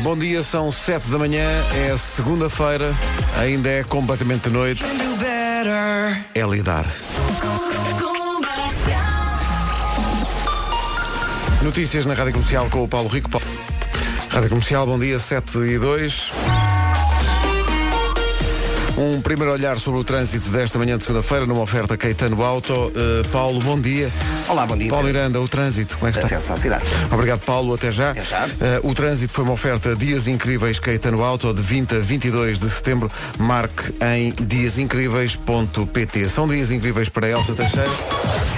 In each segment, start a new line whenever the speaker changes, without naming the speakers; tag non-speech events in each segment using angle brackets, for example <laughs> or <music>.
Bom dia, são 7 da manhã, é segunda-feira, ainda é completamente de noite. É lidar. Notícias na Rádio Comercial com o Paulo Rico. Paulo- Rádio Comercial, bom dia, 7 e 2. Um primeiro olhar sobre o trânsito desta manhã de segunda-feira, numa oferta Caetano Auto. Eh, Paulo, bom dia.
Olá, bom dia.
Paulo Miranda, o trânsito, como é que está?
Acesso à cidade.
Obrigado, Paulo. Até já.
Até já.
Eh, o trânsito foi uma oferta Dias Incríveis Caetano Auto de 20 a 22 de setembro. Marque em diasincríveis.pt. São dias incríveis para Elsa Teixeira.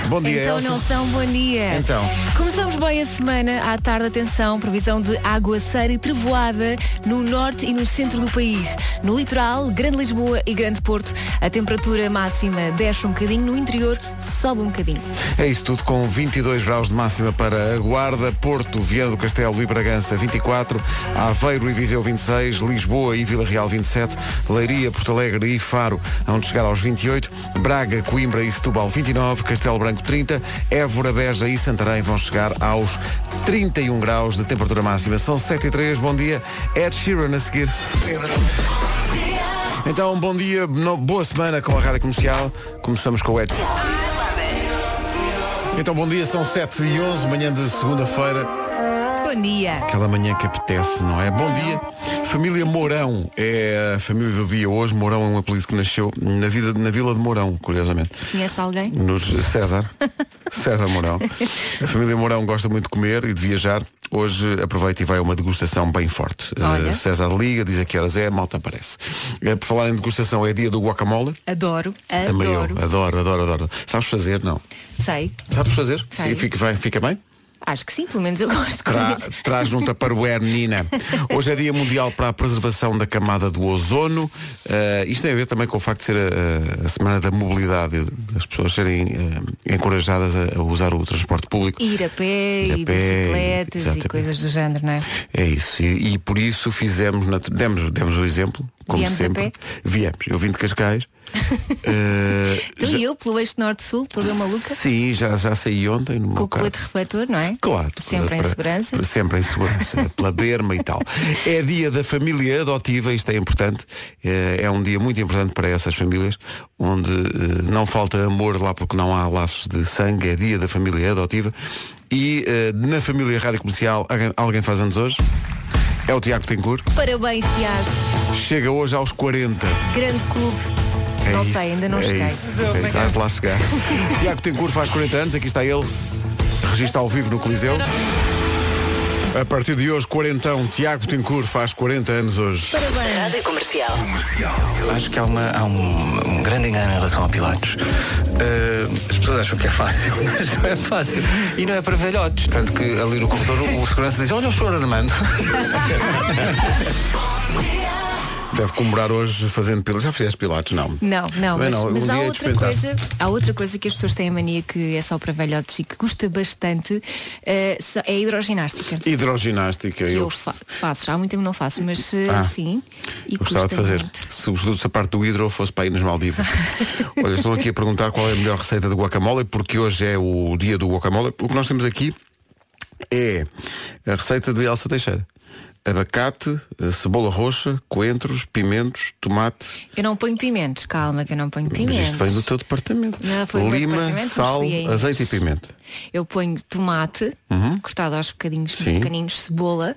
Bom dia,
Então
Elsa.
não são bom dia.
Então.
Começamos bem a semana, à tarde, atenção, previsão de aguaceira e trevoada no norte e no centro do país. No litoral, Grande Lisboa e Grande Porto, a temperatura máxima desce um bocadinho, no interior sobe um bocadinho.
É isso tudo com 22 graus de máxima para a Guarda, Porto, Viana do Castelo e Bragança 24, Aveiro e Viseu 26, Lisboa e Vila Real 27, Leiria, Porto Alegre e Faro, onde chegar aos 28, Braga, Coimbra e Setúbal 29, Castelo Branco 30, Évora, Beja e Santarém vão chegar aos 31 graus de temperatura máxima. São 7 e 3, bom dia. Ed Sheeran a seguir. Então, bom dia, no- boa semana com a Rádio Comercial. Começamos com o Ed. Então bom dia, são 7 e 11 manhã de segunda-feira,
Bom dia.
aquela manhã que apetece, não é? Bom dia. Família Mourão é a família do dia hoje. Mourão é um apelido que nasceu na, vida, na vila de Mourão, curiosamente.
Conhece alguém?
Nos César. César Mourão. A família Mourão gosta muito de comer e de viajar. Hoje aproveita e vai a uma degustação bem forte. Eh,
Olha.
César liga, diz a que horas é, a malta aparece. Eh, Por falar em degustação, é dia do guacamole.
<laughs> Adoro,
Também eu.
adoro.
Adoro, adoro, adoro. Sabes fazer? Não.
Sei,
Sabes fazer?
Sei.
Sim, fica, vai- fica bem?
acho que sim, pelo menos eu <laughs> gosto de
Tra-
comer.
traz num taparoé, menina. Hoje é dia mundial para a preservação da camada do ozono. Eh, isto tem a ver também com o facto de ser a, a- a semana da mobilidade, das pessoas serem eh, encorajadas a, a usar o transporte público.
Ir a pé
Ir a
e
pé,
bicicletas
exatamente.
e coisas do género, não é?
É isso. E, e por isso fizemos, natu- demos, demos o exemplo, como
Viemos a
sempre.
pé?
Viemos. Eu vim de Cascais.
<laughs>
Eh,
Então
já-
e eu, pelo eixo norte-sul, toda maluca,
Sim, já, já saí ontem no
com
meu
o
carro.
colete refletor, não é?
Claro.
Sempre em
para-
segurança.
para- Sempre
<laughs>
em segurança, pela berma e tal. É dia da família adotiva, isto é importante. eh, É um dia muito importante para essas famílias, onde eh, não falta amor lá porque não há laços de sangue. É dia da família adotiva. E eh, na família Rádio Comercial, alguém- alguém faz anos hoje? É o Tiago Tencourt.
Parabéns, Tiago.
Chega hoje aos 40.
Grande clube.
É
não
isso,
sei, ainda não
é
cheguei.
Isso, é isso, hás de lá chegar. <laughs> Tiago Tencourt faz 40 anos, aqui está ele. Regista ao vivo no Coliseu. A partir de hoje, quarentão, Tiago Tencourt faz 40 anos hoje.
Rádio Comercial.
Acho que há, uma, há um, um grande engano em relação a pilotos. Eh, as pessoas acham que é fácil, <laughs> mas não é fácil. E não é para velhotes.
Tanto que ali no corredor o o segurança diz, olha o senhor Armando. Deve comemorar hoje fazendo pilates. Já fizeste pilates, não?
Não, não,
Bem,
mas,
não,
mas
um
há
dia de
outra
experimentar.
coisa, há outra coisa que as pessoas têm a mania que é só para velhotes e que custa bastante, eh, so- é a hidroginástica.
Hidroginástica.
Que
eu
eu fa- faço, já há muito tempo não faço, mas eh,
Ah,
sim. E
Gostava
custa
de fazer.
muito.
Sobretudo se a parte do hidro fosse para ir
<laughs>
nas Maldivas. Olha, estão aqui a perguntar qual é a melhor receita de guacamole, porque hoje é o dia do guacamole. O que nós temos aqui é a receita de Elsa Teixeira. Abacate, eh, cebola roxa, coentros, pimentos, tomate.
Eu não ponho pimentos, calma, que eu não ponho
Mas
pimentos.
isto vem do teu departamento.
Não, foi do meu
Lima,
departamento, mas
sal,
fui aí.
azeite e pimenta.
Eu ponho tomate, cortado aos bocadinhos, muito
Sim.
pequeninos, cebola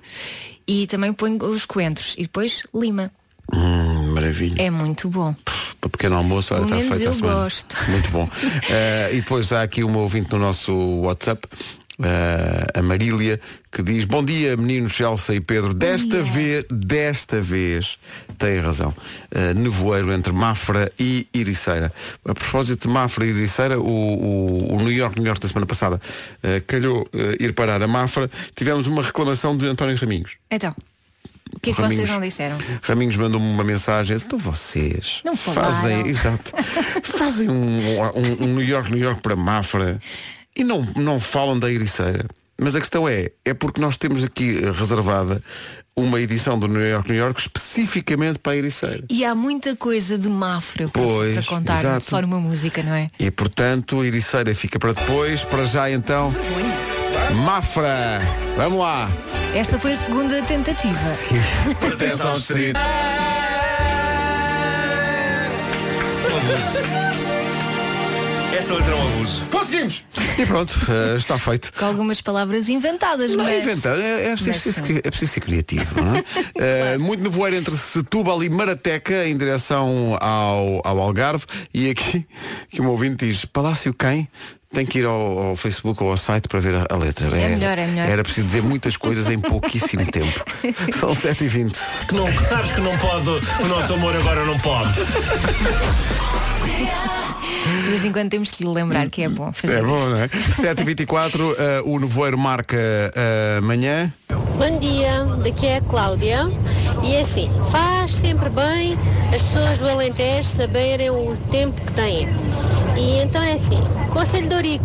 e também ponho os coentros e depois lima.
Hum, maravilha.
É muito bom.
Para o pequeno almoço, olha,
Pelo
está
menos
feita a
eu
semana.
gosto.
<laughs> Muito bom. Eh, e depois há aqui uma ouvinte no nosso WhatsApp, eh, a Marília, que diz Bom dia, meninos Elsa e Pedro. Desta vez, desta vez, têm razão. Eh, nevoeiro entre Mafra e Iriceira. A propósito de Mafra e Iriceira, o, o- o New York, New York da semana passada, eh, calhou eh, ir parar a Mafra. Tivemos uma reclamação de António Raminhos.
Então, o que é que vocês não disseram?
Raminhos mandou-me uma mensagem. Então vocês
Não falaram.
fazem, <laughs> exato, fazem um, um- um New York, New York para Mafra e não, não falam da Ericeira. Mas a questão é, é porque nós temos aqui eh, reservada uma edição do New York, New York especificamente para a Ericeira.
E há muita coisa de Mafra para,
Pois,
para contar
exato.
só numa música, não é?
E portanto, a Ericeira fica para depois, para já então. Mafra, vamos lá.
Esta foi a segunda tentativa.
Pertence ao distrito.
Esta letra é um abuso.
Conseguimos! E pronto, eh, está feito.
Com algumas palavras inventadas,
Não
mas...
inventa, é, é,
mas
preciso- preciso
sim.
cri- é preciso ser criativo,
<laughs>
não é? Eh, muito nevoeiro entre Setúbal e Marateca, em direção ao, ao Algarve. E aqui, que o meu ouvinte diz, Palácio quem? Tem que ir ao, ao Facebook ou ao site para ver a, a letra. É
melhor, é melhor.
Era preciso dizer muitas coisas
<laughs>
em pouquíssimo tempo. São 7h20.
Que não, que sabes que não pode, o nosso amor agora não pode.
De vez em quando temos que lhe lembrar que é bom fazer
É bom,
isto.
não é? 7h24, eh, o nevoeiro marca eh, amanhã.
Bom dia, daqui é a Cláudia e é assim, faz sempre bem as pessoas do Alentejo saberem o tempo que têm. E então é assim, Conselho de Ourique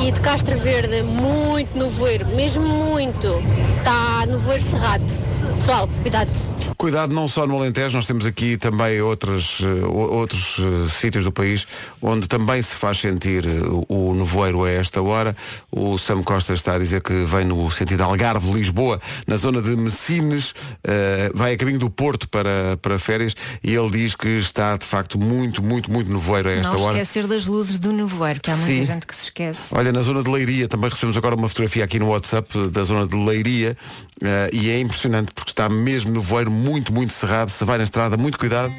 e de Castro Verde, muito nevoeiro, mesmo muito, está nevoeiro cerrado. Pessoal, cuidado.
Cuidado não só no Alentejo, nós temos aqui também outros, eh, o- outros eh, sítios do país onde também se faz sentir eh, o nevoeiro a esta hora. O Sam Costa está a dizer que vem no sentido Algarve, Lisboa, na zona de Messines, eh, vai a caminho do Porto para, para férias e ele diz que está de facto muito, muito, muito nevoeiro a esta
Não
hora.
esquecer das luzes do nevoeiro, que há muita
Sim.
gente que se esquece.
Olha, na zona de Leiria, também recebemos agora uma fotografia aqui no WhatsApp eh, da zona de Leiria eh, e é impressionante porque está mesmo no voeiro muito, muito cerrado. Se vai na estrada, muito cuidado.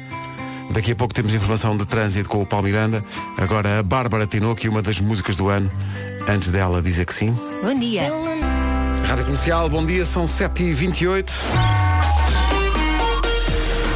Daqui a pouco temos informação de trânsito com o Paulo Miranda. Agora a Bárbara Tinoco e uma das músicas do ano. Antes dela dizer que sim.
Bom dia.
Rádio Comercial, bom dia, são 7h28.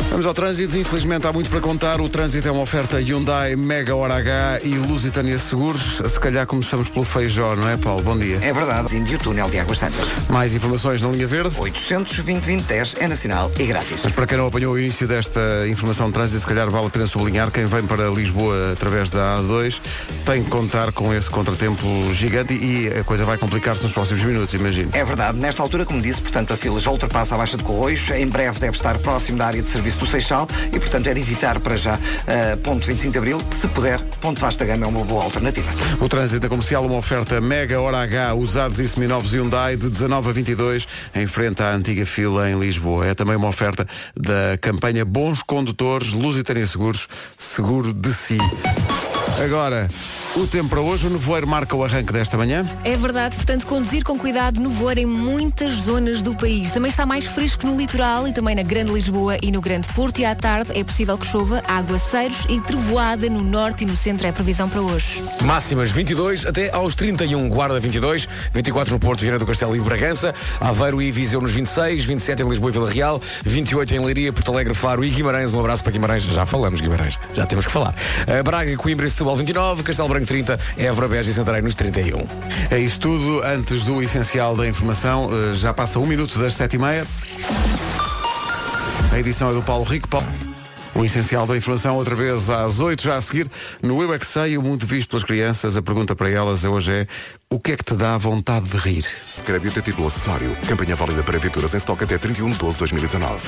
Vamos ao trânsito, infelizmente há muito para contar. O trânsito é uma oferta Hyundai, Mega Hora H e Lusitânia Seguros. Se calhar começamos pelo Feijó, não é Paulo? Bom dia.
É verdade, Índio Túnel de Águas Santas.
Mais informações na linha verde.
820-2010 é nacional e grátis.
Mas para quem não apanhou o início desta informação de trânsito, se calhar vale a pena sublinhar, quem vem para Lisboa através da A2 tem que contar com esse contratempo gigante e a coisa vai complicar-se nos próximos minutos, imagino.
É verdade, nesta altura, como disse, portanto, a fila já ultrapassa a Baixa de Corroios, em breve deve estar próximo da área de serviço do Seixal e, portanto, é de evitar para já eh, ponto 25 de Abril, se puder, ponto Vasta Gama é uma boa alternativa.
O trânsito da comercial, uma oferta Mega Hora H, usados e seminovos Hyundai de 19 a 22, em frente à antiga fila em Lisboa. É também uma oferta da campanha Bons Condutores, Lusitânia Seguros, Seguro de Si. Agora, o tempo para hoje, o nevoeiro marca o arranque desta manhã.
É verdade, portanto, conduzir com cuidado no voar em muitas zonas do país. Também está mais fresco no litoral e também na Grande Lisboa e no Grande Porto. E à tarde é possível que chova, há aguaceiros e trevoada no norte e no centro é a previsão para hoje.
Máximas 22 até aos 31, Guarda 22, 24 no Porto, Viana do Castelo e Bragança, Aveiro e Viseu nos 26, 27 em Lisboa e Vila Real, 28 em Leiria, Porto Alegre, Faro e Guimarães. Um abraço para Guimarães, já falamos Guimarães, já temos que falar. Eh, Braga, Coimbra e Setúbal 29, Castelo Branco 30, Évora, Beja e Santarém nos 31.
É isso tudo. Antes do essencial da informação, eh, já passa um minuto das sete e meia. A edição é do Paulo Rico. Paulo- O essencial da informação, outra vez às oito, já a seguir, no Eu é que Sei, o mundo visto pelas crianças. A pergunta para elas hoje é: o que é que te dá vontade de rir?
Crédito a título acessório. Campanha válida para aventuras em estoque até 31 de 12 de 2019.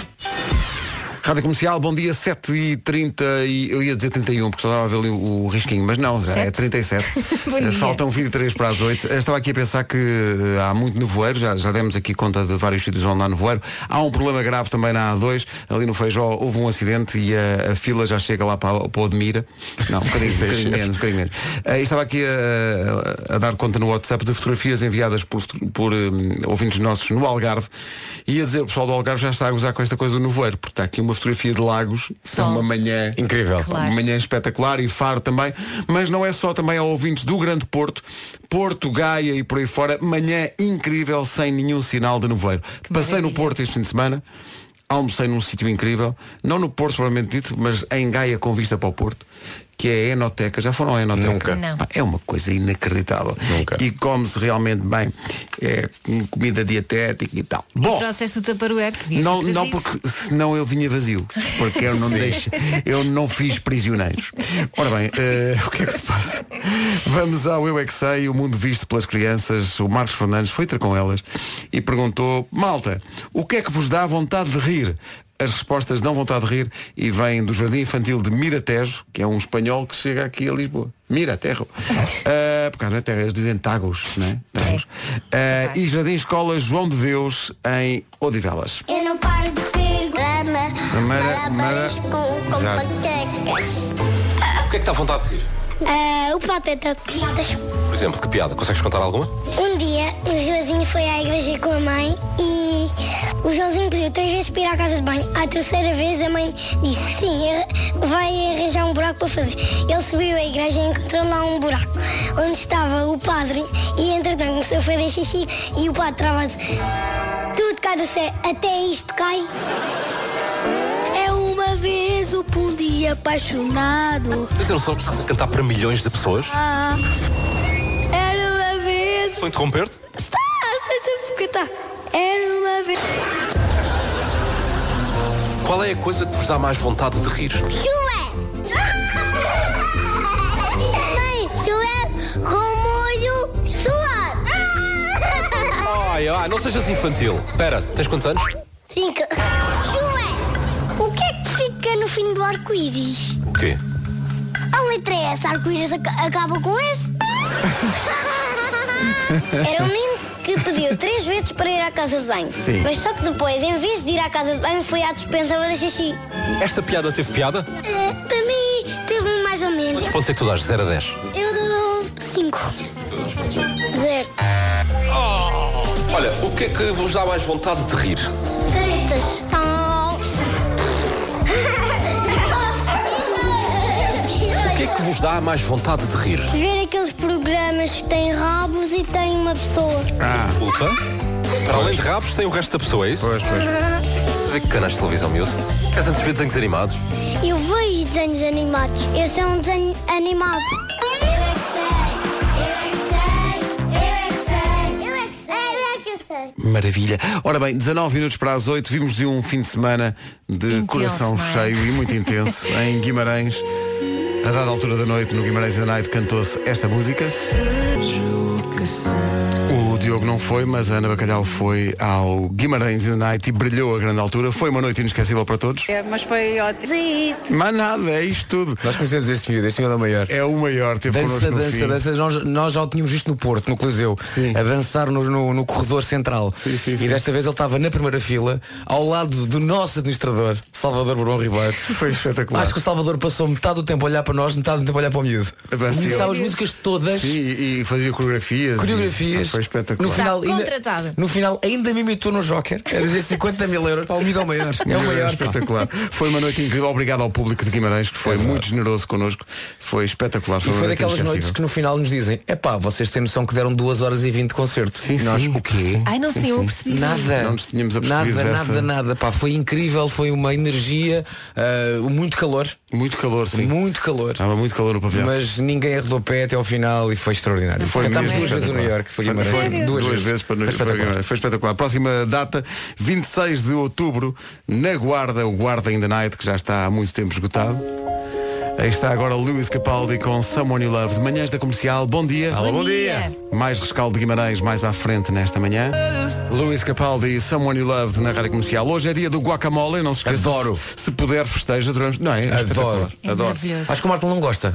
Rádio Comercial, bom dia, 7h30 e eu ia dizer 31, porque só estava a ver ali o risquinho, mas não, já é
Sete?
37.
Bom dia.
Faltam 23 para as 8. Eu Estava aqui a pensar que eh, há muito nevoeiro, já, já demos aqui conta de vários sítios onde há nevoeiro. Há um problema grave também na A2, ali no Feijó houve um acidente e a, a fila já chega lá para, para o Admira. Não, um bocadinho, um bocadinho menos, um bocadinho menos. Eh, e estava aqui a, a- a dar conta no WhatsApp de fotografias enviadas por, por eh, ouvintes nossos no Algarve e a dizer o pessoal do Algarve já está a gozar com esta coisa do nevoeiro, porque está aqui uma fotografia de lagos, é
Sol.
uma manhã
Incrível.
Claro.
uma manhã espetacular e Faro também, mas não é só também a ouvintes do Grande Porto, Porto, Gaia e por aí fora, manhã incrível sem nenhum sinal de nevoeiro. Passei no
maravilha.
Porto este fim de semana, almocei num sítio incrível, não no Porto propriamente dito, mas em Gaia com vista para o Porto, que é a Enoteca. Já foram à Enoteca?
Nunca.
Não.
Pá, É uma coisa inacreditável.
Nunca.
E come-se realmente bem. É comida dietética e tal. Bom,
Trouxeste o taparoeiro que viste.
não, não porque senão ele vinha vazio. Porque eu não deixo, eu não fiz prisioneiros. Ora bem, eh, o que é que se passa? Vamos ao Eu é que sei, o mundo visto pelas crianças, o Marcos Fernandes foi ter com elas e perguntou, malta, o que é que vos dá vontade de rir? As respostas dão vontade de rir e vêm do Jardim Infantil de Miratejo, que é um espanhol que chega aqui a Lisboa. Miratejo. Ah, por causa da terra, eles dizem Tagos, não é? Tagos. Ah, e Jardim Escola João de Deus, em Odivelas.
Eu não paro de ver grama,
Mara-
malabares
mara-
com, com
Exato.
patecas.
O que é que está à vontade de rir?
Ah, o pateta de piadas.
Por exemplo, que piada? Consegues contar alguma?
Um dia, o Joãozinho foi à igreja com a mãe e o Joãozinho pediu três vezes para ir à casa de banho. À terceira vez, a mãe disse sim, eh, vai arranjar um buraco para fazer. Ele subiu à igreja e encontrou lá um buraco onde estava o padre e, entretanto, começou a fazer xixi e o padre trava-se. Tudo cai do céu, até isto cai. É uma vez o pundi apaixonado.
Mas eu não sou que estás a cantar para milhões de pessoas.
Ah, era uma vez
Estou a interromper-te?
Estás, deixa-me cantar. Era uma vez.
Qual é a coisa que vos dá mais vontade de rir?
Chulé! Mãe, chulé com molho solar.
Ai, ai, não sejas infantil. Espera, tens quantos anos?
Cinco. Chulé! O que é que fica no fim do arco-íris?
O quê?
A letra é essa, arco-íris ac- acaba com S. Era um menino que pediu três vezes para ir à casa de banho.
Sim.
Mas só que depois, em vez de ir à casa de banho, foi à despensa fazer xixi.
Esta piada teve piada?
Eh, para mim, teve mais ou menos.
Quantos pontos é que tu dás? 0 a 10.
Eu dou 5. Zero.
Olha, o que é que vos dá mais vontade de rir?
Caretas.
O que é que vos dá mais vontade de rir?
Ver aqueles programas que têm rabos e têm uma pessoa.
Ah.
Desculpa. Para além de rabos, tem o resto da pessoa, é isso?
Pois, pois.
Estás a ver que canais de televisão miúdo? Queres antes ver desenhos animados?
Eu vejo desenhos animados. Esse é um desenho animado. Eu é que sei, eu é que sei, eu é que sei, eu é que sei, eu é que sei.
Maravilha. Ora bem, 19 minutos para as 8, vimos de um fim de semana de
Intenso,
coração
não é?
cheio e muito intenso
<laughs>
em Guimarães. A dada altura da noite, no Guimarães da Night, cantou-se esta música. O Diogo não foi, mas a Ana Bacalhau foi ao Guimarães in the Night e brilhou a grande altura. Foi uma noite inesquecível para todos.
É.
Mas foi ótimo.
Mas nada, é isto tudo.
Nós conhecemos este miúdo, este miúdo é o maior.
É o maior, teve
Dança,
connosco no
dança,
fim.
dança. Nós, nós já o tínhamos visto no Porto, no Coliseu,
Sim.
a dançar no, no- no corredor central.
sim,
e
sim.
desta vez ele estava na primeira fila, ao lado do nosso administrador, Salvador Bourbon Ribeiro.
Foi espetacular.
Acho que o Salvador passou metade do tempo a olhar para nós, metade do tempo a olhar para o miúdo.
Avançou.
E sabe as músicas todas.
Sim, e, e fazia coreografias. e- Ah,
Coreografias
Foi espetacular.
No final,
Está
ainda,
contratado.
no final ainda me imitou no Joker A dizer 50 mil euros Para o miúdo é o
<laughs>
maior É
um
o maior pá.
espetacular. Foi uma noite incrível. Obrigado ao público de Guimarães, que foi muito generoso connosco. Foi espetacular.
É E
uma
foi
noite
daquelas noites
é inesquecível.
que no final nos dizem Epá, vocês têm noção que deram 2 horas e 20 de concerto
Sim,
E Nós,
sim.
o quê?
Ai, não sei, eu percebi.
Nada,
Não nos tínhamos
nada,
apercebido dessa-
nada, nada, pá, foi incrível, foi uma energia, ah, muito calor,
Muito calor, sim.
muito calor,
Estava muito calor no pavilhão.
mas ninguém arredou pé até ao final e foi extraordinário.
Foi
Cantámos
mesmo
é duas vezes no
espetacular.
New York, foi
Foi-
Guimarães.
foi duas, vezes para,
Foi
nós- para
espetacular.
Guimarães. Foi espetacular. Próxima data, 26 de outubro, na Guarda, o Guarda in the Night, que já está há muito tempo esgotado. Aí está agora Lewis Capaldi com Someone You Love, de manhãs da comercial. Bom dia.
Alô, bom Bom dia. dia.
Mais rescaldo de Guimarães, mais à frente nesta manhã. Lewis Capaldi e Someone You Love na rádio comercial. Hoje é dia do guacamole, não se esqueça.
Adoro.
Se, se puder, festeja durante. Não é? é
Adoro,
espetacular. Ah, é.
É
Adoro.
maravilhoso.
Acho que o Martin não gosta.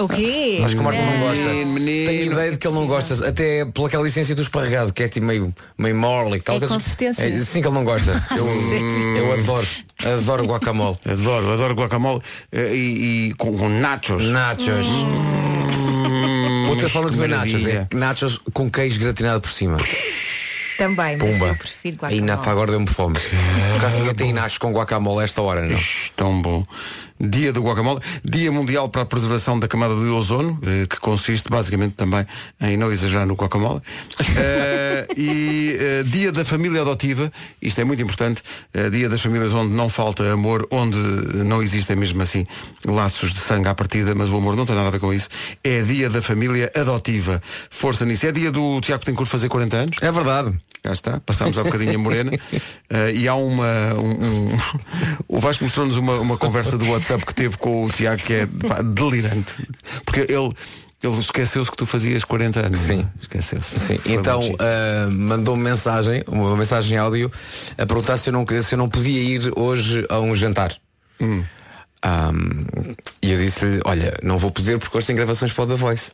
O quê?
Acho é que o Marco não
Ah,
gosta.
Menino, menino.
Tenho ideia de que ele não gosta, até pelaquela licença do esparregado, que é tipo meio, meio mole. tal
É
coisa-
consistência.
É, sim que ele não
<laughs>
gosta. Eu, eu adoro, adoro guacamole.
Adoro, adoro guacamole eh, e, e com, com nachos. Hum.
Nachos. Outra forma de comer nachos é
maravilha.
nachos com queijo gratinado por cima.
Também, mas
Pumba.
eu prefiro
Aí na pá,
guacamole.
agora deu-me fome. Por acaso ninguém tem nachos com guacamole a esta hora, não?
Ixi, Tão bom. Dia do guacamole, dia mundial para a preservação da camada de ozono, eh, que consiste basicamente também em não exagerar
<laughs>
no guacamole. Eh, e eh, dia da família adotiva, isto é muito importante, eh, dia das famílias onde não falta amor, onde não existem mesmo assim laços de sangue à partida, mas o amor não tem nada a ver com isso. É dia da família adotiva. Força nisso. É dia do Tiago Tencourt fazer 40 anos.
É verdade.
Cá está, passámos há bocadinho a Morena <laughs> eh, e há uma. um- <laughs> um- o Vasco mostrou-nos uma, uma conversa do WhatsApp que teve com o Tiago que é pá, delirante. Porque ele, Ele esqueceu-se que tu fazias 40 anos. Sim. Esqueceu-se.
Sim,
Foi
então
muito giro.
ah, mandou-me mensagem, uma mensagem áudio, a perguntar se eu não, queria- se eu não podia ir hoje a um jantar.
Hum,
Ah, e eu disse-lhe, olha, não vou poder porque hoje tem gravações para o The Voice.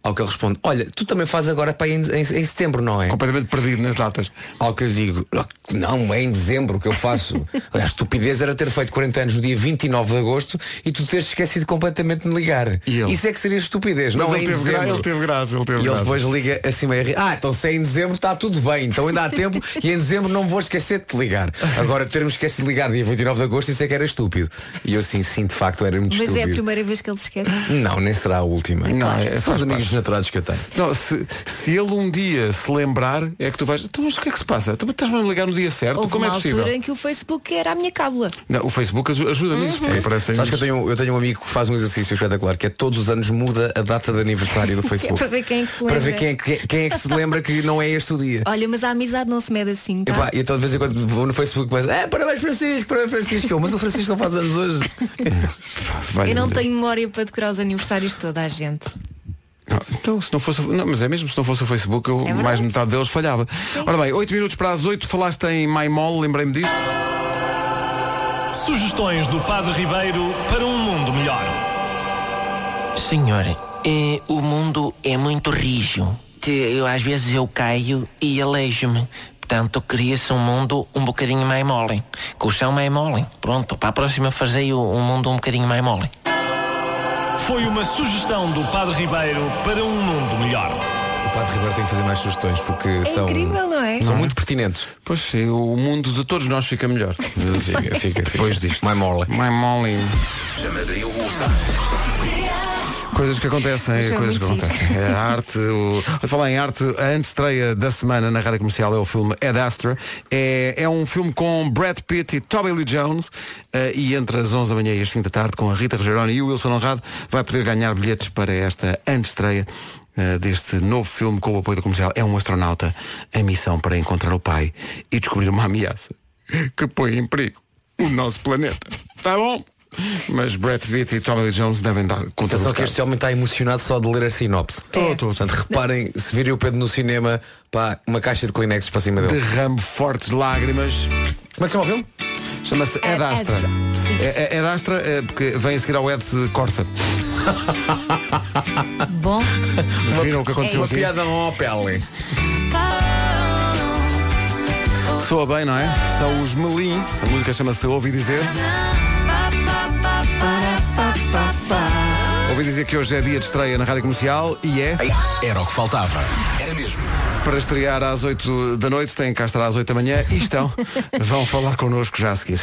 Ao que ele responde, olha, tu também fazes agora para em, em- em setembro, não é?
Completamente perdido nas datas.
Ao que eu digo, não, é em dezembro que eu
<laughs>
faço. a estupidez era ter feito 40 anos no dia 29 de agosto e tu teres esquecido completamente de me ligar. Isso é que seria estupidez, não,
Mas
é em
ele teve, gra-
dezembro.
ele teve graça, Ah, ele teve
E ele
graça.
depois liga assim meio a rir. Ah, então se é em dezembro está tudo bem, então ainda
<laughs>
há tempo e em dezembro não me vou esquecer de te ligar. Agora termos esquecido de ligar dia 29 de agosto, isso é que era estúpido. E eu assim, sim, de facto era muito
Mas é a
estúpido.
primeira vez que ele se esquece.
Não, nem será a última.
Não, é-
São
faz
os amigos naturais que eu tenho.
Não, se, se ele um dia se lembrar, é que tu vais. Então, mas o que é que se passa? Tu estás-me a ligar no dia certo?
Houve
Como é
uma
possível?
altura em que o Facebook era a minha cábula.
Não, o Facebook aju- ajuda-me nisso, porque aparecem.
Sabes que eu tenho, eu tenho um amigo que faz um exercício espetacular que é todos os anos muda a data de aniversário do
Que é
Facebook.
<laughs> para ver quem é que se
Para
lembra.
ver quem é, que, quem é que se lembra que não é este o dia.
Olha, mas a amizade não se mede assim, tá?
Epá, e então de vez em quando vou no Facebook e começo, é, parabéns Francisco, parabéns Francisco, Eu, mas o Francisco não faz anos hoje.
Vai-
Eu não tenho memória para decorar os aniversários de toda a gente.
Não, Então, se não fosse. Não, mas é mesmo, se não fosse o Facebook, eu,
verdade.
mais metade deles falhava. Ora bem, 8 minutos para as 8, falaste em Maimol, lembrei-me disto.
Sugestões do Padre Ribeiro para um mundo melhor.
Senhor, eh, o mundo é muito rijo. Te- Eu, às vezes eu caio e aleijo-me. Portanto, queria-se um mundo um bocadinho mais mole. Com o chão mais mole. Pronto, para a próxima fazei o- um mundo um bocadinho mais mole.
Foi uma sugestão do Padre Ribeiro para um mundo melhor.
O Padre Ribeiro tem que fazer mais sugestões porque são,
incrível, não é?
são muito pertinentes.
Pois sim, o mundo de todos nós fica melhor.
fica, fica. Depois disto. My mole.
Maimol. Coisas que acontecem,
Isso é
coisas que
muito giro.
acontecem. É a arte, o... Vou falar em arte, a antestreia da semana na Rádio Comercial é o filme Ed Astra. É, é um filme com Brad Pitt e Tommy Lee Jones eh, e entre as 11 da manhã e as 5 da tarde com a Rita Rogeroni e o Wilson Honrado vai poder ganhar bilhetes para esta antestreia eh, deste novo filme com o apoio da comercial. É um astronauta em missão para encontrar o pai e descobrir uma ameaça que põe em perigo o nosso planeta. Tá bom? Mas Brad Pitt e Tommy Lee Jones devem dar conta do
Atenção que
recado.
este homem está emocionado só de ler a sinopse.
É.
Tô, tô,
Portanto, reparem, se virem o Pedro no cinema, pá, uma caixa de Kleenex para cima dele.
derramo fortes lágrimas.
Como é que chama o filme?
Chama-se
É-
Ed Astra.
Astra. Isso.
É- é- Ed Astra, é, porque vem a seguir ao Ed de Corsa.
Bom,
Viram o que aconteceu
É
Uma
isso.
aqui?
piada não pele.
Soa bem, não é? São os Melim. A música chama-se Ouvi Dizer. Ouvi dizer que hoje é dia de estreia na Rádio Comercial e é...
Era o que faltava. Era mesmo.
Para estrear às 8 da noite, têm cá estar às 8 da manhã e estão. Vão falar connosco já a seguir.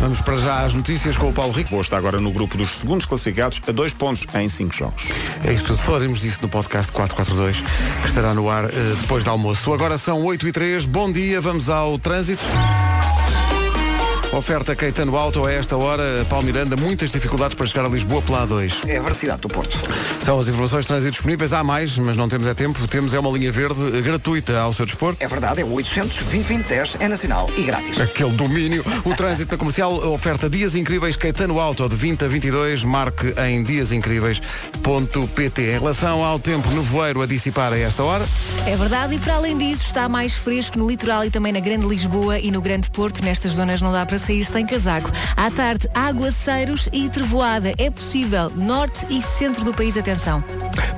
Vamos para já às notícias com o Paulo Rico.
Lisboa está agora no grupo dos segundos classificados a dois pontos em cinco jogos.
É isso tudo. Falaremos disso no podcast 442, que estará no ar eh, depois do almoço. Agora são 8 e 3 Bom dia, vamos ao trânsito. Oferta Caetano Alto a esta hora, Paulo Miranda, muitas dificuldades para chegar a Lisboa pela A2.
É a veracidade do Porto.
São as informações de trânsito disponíveis, há mais, mas não temos é tempo. Temos é uma linha verde eh, gratuita ao seu dispor.
É verdade, é o 800 2010 é nacional e grátis.
Aquele domínio. O trânsito na comercial oferta Dias Incríveis Caetano Auto de 20 a 22. Marque em diasincríveis.pt. Em relação ao tempo nevoeiro a dissipar a esta hora,
é verdade e para além disso está mais fresco no litoral e também na Grande Lisboa e no Grande Porto. Nestas zonas não dá para sair sem casaco. À tarde, aguaceiros e trevoada. É possível. Norte e centro do país, atenção.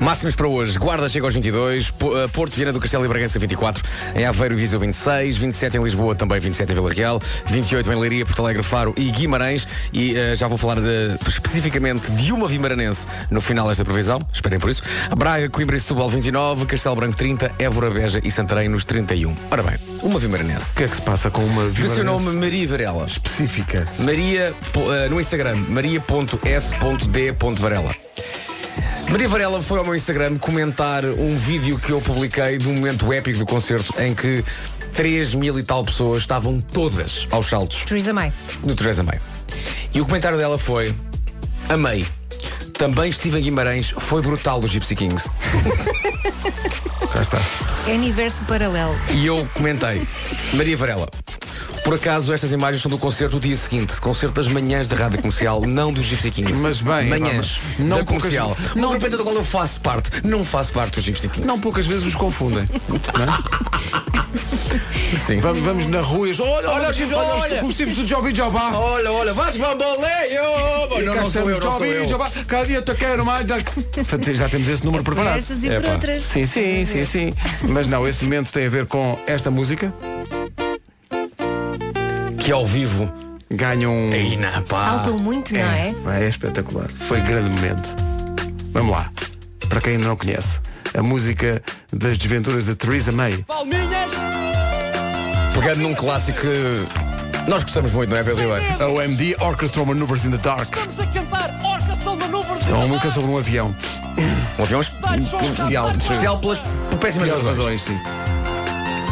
Máximos para hoje. Guarda chega aos 22, Po- eh, Porto Vieira do Castelo e Bragança 24, em Aveiro e Viseu 26, 27 em Lisboa, também 27 em Vila Real, 28 em Leiria, Porto Alegre, Faro e Guimarães. E eh, já vou falar de- especificamente de uma vimaranense no final desta previsão, esperem por isso. Braga, Coimbra e Setúbal 29, Castelo Branco 30, Évora, Beja e Santarém nos 31. Ora bem, uma vimaranense.
o que é que se passa com uma
De seu nome
violência
Maria Varela.
específica?
Maria po- eh, no Instagram, maria.s.d.varela. Maria Varela foi ao meu Instagram comentar um vídeo que eu publiquei de um momento épico do concerto em que 3 mil e tal pessoas estavam todas aos saltos
Teresa May.
no Teresa May. E o comentário dela foi Amei. Também estive em Guimarães, foi brutal do Gypsy Kings.
Cá está.
É universo paralelo.
E eu comentei, Maria Varela, Por acaso, estas imagens são do concerto do dia seguinte. Concerto das manhãs da Rádio Comercial, não dos Gypsy Kings.
Mas bem,
Manhãs,
vamos, não
da
poucas-
comercial. Não depende do qual eu faço parte. Não faço parte dos Gypsy Kings.
Não poucas vezes os confundem. é?
<laughs> Sim.
Vamos, vamos na rua e olha, olha,
Olha,
os-
Gil,
olha, os-
olha.
os tipos do Job e Jobá.
Olha, olha, vais bamboleio!
E
Não,
cá
não sou
estamos,
eu, não sou
Job e
eu.
Jobá. Cada dia te quero mais. da- <laughs> Já temos esse número preparado.
estas e por
Epá.
outras.
Sim, sim, sim, sim. Mas não, esse momento tem a ver com esta música.
Que ao vivo
ganha um.
Saltam muito, não é?
É espetacular. Foi grande momento. Vamos lá. Para quem ainda não conhece, a música das desventuras de Theresa May.
Palminhas!
Pegando num clássico que nós gostamos muito, não é, Pedro Ribeiro?
A OMD Orchestra Maneuvers in the Dark.
Vamos a cantar Orca São Manobras
É uma música sobre um avião.
Um avião especial. Especial pelas por péssimas
Pelas
razões.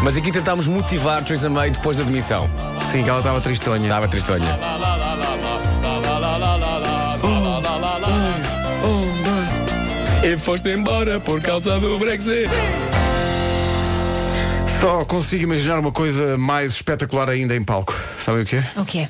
Mas aqui tentámos motivar Theresa May depois da demissão.
Sim, que ela estava tristonha.
Estava tristonha.
Um, um,
E foste embora por causa do Brexit.
Só consigo imaginar uma coisa mais espetacular ainda em palco. Sabem o que é?
O que é?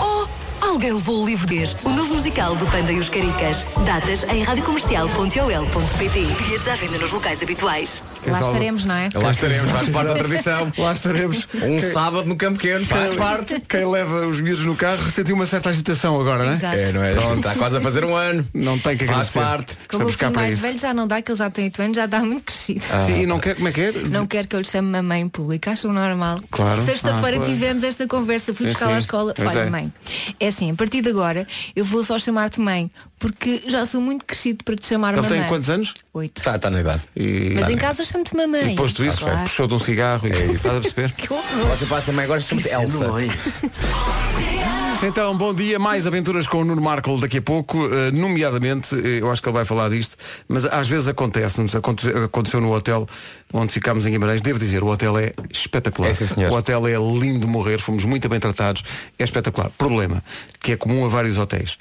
Oh, alguém levou o livro 10, o novo musical do Panda e os Caricas. Datas em radiocomercial.ol.pt. Bilhetes à venda nos locais habituais.
Lá estaremos, não é?
Lá estaremos, faz parte da
Exato.
tradição.
<laughs> Lá estaremos.
Um
Quem-
sábado no Campo Pequeno, faz
quem-
parte.
Quem leva os miúdos no carro sentiu uma certa agitação agora, não é?
Exato. É,
não é? Está quase a fazer um ano.
Não tem que
Faz
agradecer.
parte.
Como o filho mais velho já não dá, que ele já tem 8 anos, já dá muito crescido.
Sim, e não quer, como é que é?
Não quero que eu lhe chame mamãe em público, acho normal.
Claro.
Sexta-feira
Ah, claro.
tivemos esta conversa, fui
Sim,
buscar la à
sim.
escola.
Pois
Olha,
é.
mãe, é assim, a partir de agora eu vou só chamar-te mãe, porque já sou muito crescido para te chamar
Ele
mamãe.
tem quantos anos?
é. Oito.
Está, Tá, na idade. Tá.
Mas em casa chamo-te mamãe.
E posto isso,
Claro.
puxou de um cigarro e
É
estás
<laughs>
a perceber?
Você passa mãe agora chama-te
é
Elsa.
Então, bom dia, mais aventuras com o Nuno Marco daqui a pouco, eh, nomeadamente, eh, eu acho que ele vai falar disto, mas às vezes acontece-nos, aconte- aconteceu no hotel onde ficámos em Guimarães, devo dizer, o hotel é espetacular.
É, sim, senhor.
O hotel é lindo de morrer, fomos muito bem tratados, é espetacular. Problema, que é comum a vários hotéis.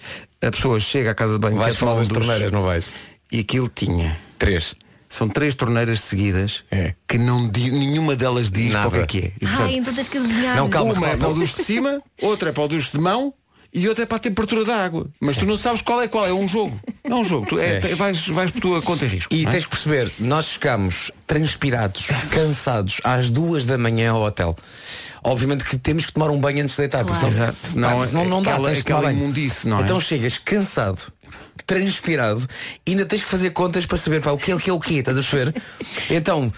A pessoa chega à casa de banho,
Vais
quer
falar
tomar um
das
duche,
torneiras, não vais?
E aquilo tinha.
Três. É.
São três torneiras seguidas que não di- nenhuma delas diz
Nada.
para o que é que é. E, portanto,
Ai, então tens que adivinhar.
uma é para o duche de cima, outra é para o duche de mão e outra é para a temperatura da água. Mas tu não sabes qual é qual, é um jogo. Não é um jogo. Tu é,
É.
te- vais, vais por tua conta e risco.
E
não é?
tens que perceber, nós chegamos
<laughs>
transpirados, cansados, às duas da manhã ao hotel. Obviamente que temos que tomar um banho antes de deitar, porque senão,
Exato. Senão
pá, senão não dá,
aquela-
tens de tomar
aquela
banho.
imundice, não é?
Então chegas cansado, transpirado, e ainda tens que fazer contas para saber pá, o que é o que é o que, estás a perceber? Então,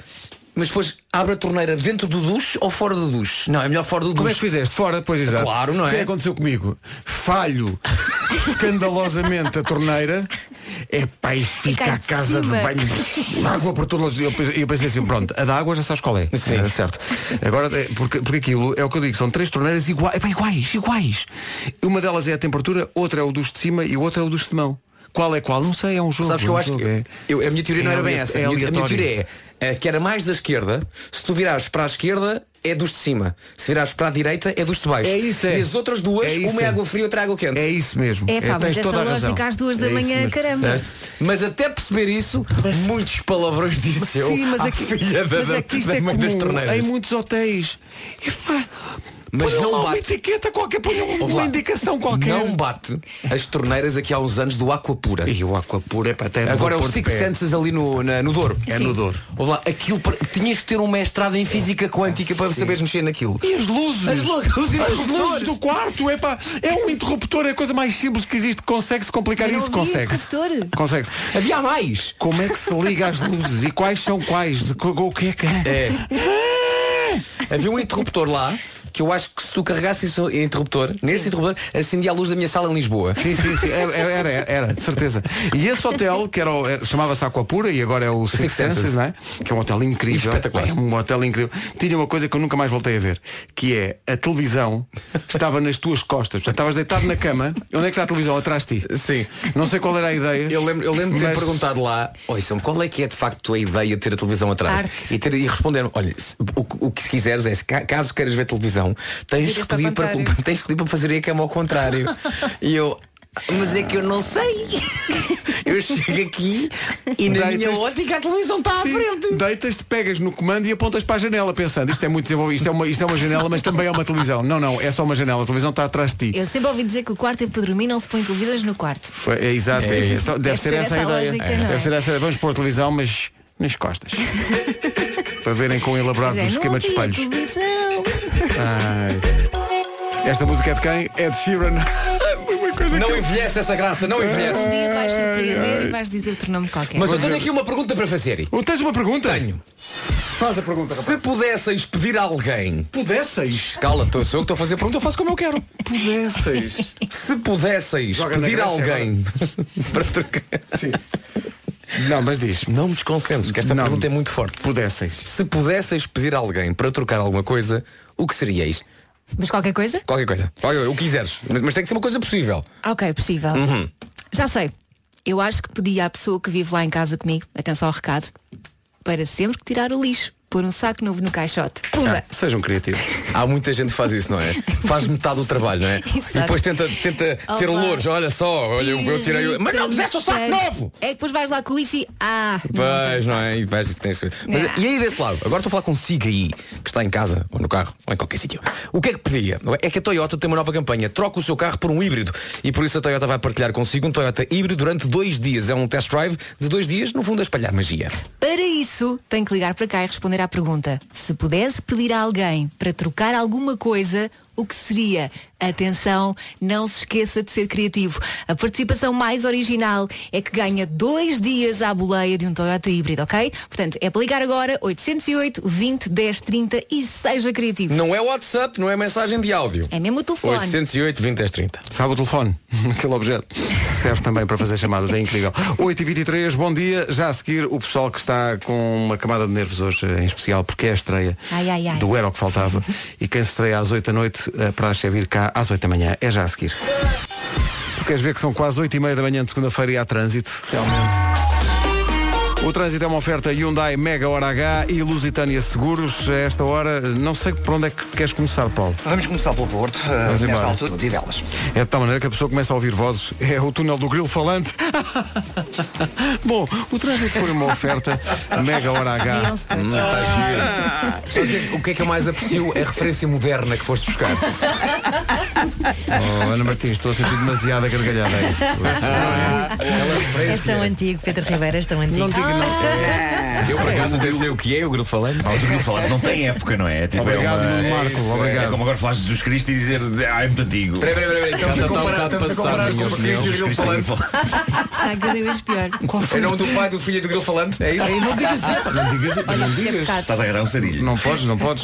mas depois abre a torneira dentro do duche ou fora do duche? Não, é melhor fora do duche.
Como é que fizeste? Fora, pois exato.
Claro, não
O que
é?
aconteceu comigo? Falho escandalosamente a torneira. É pá, e fica
Fica
a
de
casa de
cima.
banho. Água por todos. Eu pensei, eu pensei assim, pronto, a da água já sabes qual é.
Sim.
É, certo. Agora, é, porque, porque aquilo é o que eu digo, são três torneiras igua- epá, iguais, iguais. Uma delas é a temperatura, outra é o dos de cima e outra é o dos de mão. Qual é qual? Não sei, é um jogo.
Sabes que
é
eu
um
acho
jogo,
que
é.
eu- a minha teoria não
É
era bem
alea-
essa.
é
a, minha, a minha
aleatório.
teoria é eh, que era mais da esquerda, se tu virares para a esquerda é dos de cima, se virares para a direita é dos de baixo.
É isso, é.
E as outras duas,
É isso,
uma é
é.
água fria e outra é água quente. É
isso mesmo.
É, pá, mas essa lógica às duas da manhã, caramba.
É. Mas até perceber isso, muitos palavrões disse eu.
Sim, mas
à
é que,
filha da,
mas
da-
é que isto
da
é
mãe das
comum
torneiras.
em muitos hotéis. É Epá,
Mas
ponham
não
lá uma
bate.
etiqueta qualquer, ponham
Ouve
uma
lá.
indicação qualquer.
Não bate as torneiras aqui há uns anos do Aquapura.
E o Aquapura é para até
Agora é
vou
o
pôr de
Six
pé.
Senses ali no, na- no Douro.
É no Sim. Douro.
Ouve lá, aquilo para- tinhas que ter um mestrado em física quântica para saberes mexer naquilo.
E as luzes?
As lo- os
As luzes
interruptores.
do quarto, é pá, é um interruptor, é a coisa mais simples que existe. Consegue-se complicar
Eu não
isso?
ouvi
Consegue-se.
interruptor.
Consegue-se.
Havia mais.
Como é que se liga as luzes e quais são quais? De co- O que é que
é? Havia um interruptor lá que eu acho que se tu carregasses esse interruptor, nesse interruptor, acendia a luz da minha sala em Lisboa.
Sim, sim, sim. Era, era, era, de certeza. E esse hotel, que era, o- era- chamava-se Aquapura e agora é o Six,
Six
Senses,
Senses.
não é? Que é um hotel incrível.
Espetacular.
É um hotel incrível. Tinha uma coisa que eu nunca mais voltei a ver, que é a televisão estava nas tuas costas. Portanto, estavas deitado na cama. Onde é que está a televisão? Atrás de ti.
Sim.
Não sei qual é. era a ideia.
Eu lembro, eu lembro de ter
mas-
perguntado lá, oi Sam, qual é que é de facto a ideia de ter a televisão atrás? E, ter, e responderam, olha, se- o, que- o que se quiseres é, se ca- caso queiras ver televisão, tens
Viras para
que,
o
<laughs> pedir para,
contrário.
<laughs>
tens que pedir para fazer a cama ao contrário. e eu,
Mas é que eu não sei. Eu chego aqui e na minha
Deitas-te-
ótica a televisão está à
Sim,
frente.
Deitas-te, pegas no comando e apontas para a janela pensando, isto é muito desenvolvido, isto é uma, isto é uma janela, mas também é uma televisão. Não, não, é só uma janela, a televisão está atrás de ti.
Eu sempre ouvi dizer que o quarto é para dormir, não se põe televisões no quarto.
Foi- É, exato,
É
é
isso.
isso. Deve, ser, essa a ideia.
lógica, não é?
Deve ser essa a ideia. Vamos pôr a televisão, mas
<laughs>
nas costas. para verem com o elaborado
Pois
do
é,
esquema de
não havia
espelhos.
televisão.
Ai. Esta música é de quem? É de Sheeran.
não envelhece essa graça, não envelhece.
Um dia vais surpreender e vais dizer outro nome qualquer.
Mas eu tenho aqui uma pergunta para fazer.
Oh, Tens uma pergunta?
Tenho.
Faz a pergunta,
Se pudesseis pedir a alguém.
Pudesseis?
Cala, tô- sou eu que estou a fazer a pergunta, eu faço como eu quero.
<laughs> Pudesseis.
Se pudesseis
Joga na
pedir a
Grécia
alguém
<laughs>
para trocar.
Sim. Não, mas diz.
Não me desconcentres, que esta pergunta é muito forte.
Pudesseis.
Se pudesseis pedir a alguém para trocar alguma coisa, o que serieis? um-
Mas qualquer coisa?
Qualquer coisa. Qualquer coisa, o que quiseres. Mas, mas tem que ser uma coisa possível.
Ok, possível.
Uhum.
Já sei. Eu acho que pedi à pessoa que vive lá em casa comigo, atenção ao recado, para sempre que tirar o lixo, pôr um saco novo no caixote.
Ah.
Pumba!
sejam criativos.
Há muita gente que faz isso, não é? Faz metade do trabalho, não é?
Exato.
E depois tenta, tenta ter
Olá.
louros. Olha só, olha, eu, eu tirei. o- Mas não puseste o saco
Irrita-me
novo!
tanto. É que depois vais lá com o lixo e. Ah!
Pois, não é? E, vais, tens- Mas, e aí desse lado, agora estou a falar consigo aí, que está em casa, ou no carro, ou em qualquer sítio. O que é que pedia? É que a Toyota tem uma nova campanha. Troca o seu carro por um híbrido. E por isso a Toyota vai partilhar consigo um Toyota híbrido durante dois dias. É um test drive de dois dias, no fundo, a espalhar magia.
Para isso, tem que ligar para cá e responder à pergunta. Se pudesse pedir a alguém para trocar alguma coisa, o que seria? Atenção, não se esqueça de ser criativo. A participação mais original é que ganha dois dias à boleia de um Toyota híbrido, ok? Portanto, é para ligar agora 808 20 10 30 e seja criativo.
Não é WhatsApp, não é mensagem de áudio.
É mesmo o telefone.
808 20 10 30.
Sabe o telefone, <laughs> aquele objeto. Serve também para fazer chamadas, é incrível. 8h23, bom dia. Já a seguir, o pessoal que está com uma camada de nervos hoje, eh, em especial, porque é a estreia
Ai, ai, ai.
do Era o que Faltava. E quem se estreia às 8 da noite, eh, para é vir cá às 8 da manhã. É já a seguir. Tu queres ver que são quase 8 e meia da manhã de segunda-feira e há trânsito? Realmente. O trânsito é uma oferta Hyundai Mega Hora H e Lusitânia Seguros. A esta hora, não sei por onde é que queres começar, Paulo.
Vamos começar pelo Porto, eh,
Vamos
nesta
embora.
altura, de velas.
É de tal maneira que a pessoa começa a ouvir vozes. É o túnel do grilo falante. <laughs> Bom, o trânsito foi uma oferta mega hora H.
Hum, tá
Ah,
giro. Sabes o que é que- o que é que eu mais aprecio? É a referência moderna que foste buscar.
Oh, Ana Martins, estou a sentir demasiada
<laughs>
gargalhada aí. É,
És É tão antigo, Pedro Ribeiro, és tão antigo. Não digo
Eu por acaso até sei o que é o grupo falante. o grupo falante não tem época, não é?
Obrigado,
é
Nuno Marco,
isso, é-
obrigado.
É como agora falaste de Jesus Cristo e dizer, ah, é muito antigo.
Peraí, peraí, peraí, estamos a
Já está um
comparar-
bocado
estamos a
passado,
comparar
na minha
Jesus
opinião,
Cristo e o
Jesus
grupo
Cristo é
<laughs> Está cada vez pior.
É
Em nome um do pai, do filho e do grilo falante? É isso?
Ei, não digas isso.
Não digas isso.
Olha,
Não
é
digas.
pecado.
Estás a agarrar um sarilho.
Não podes, não podes.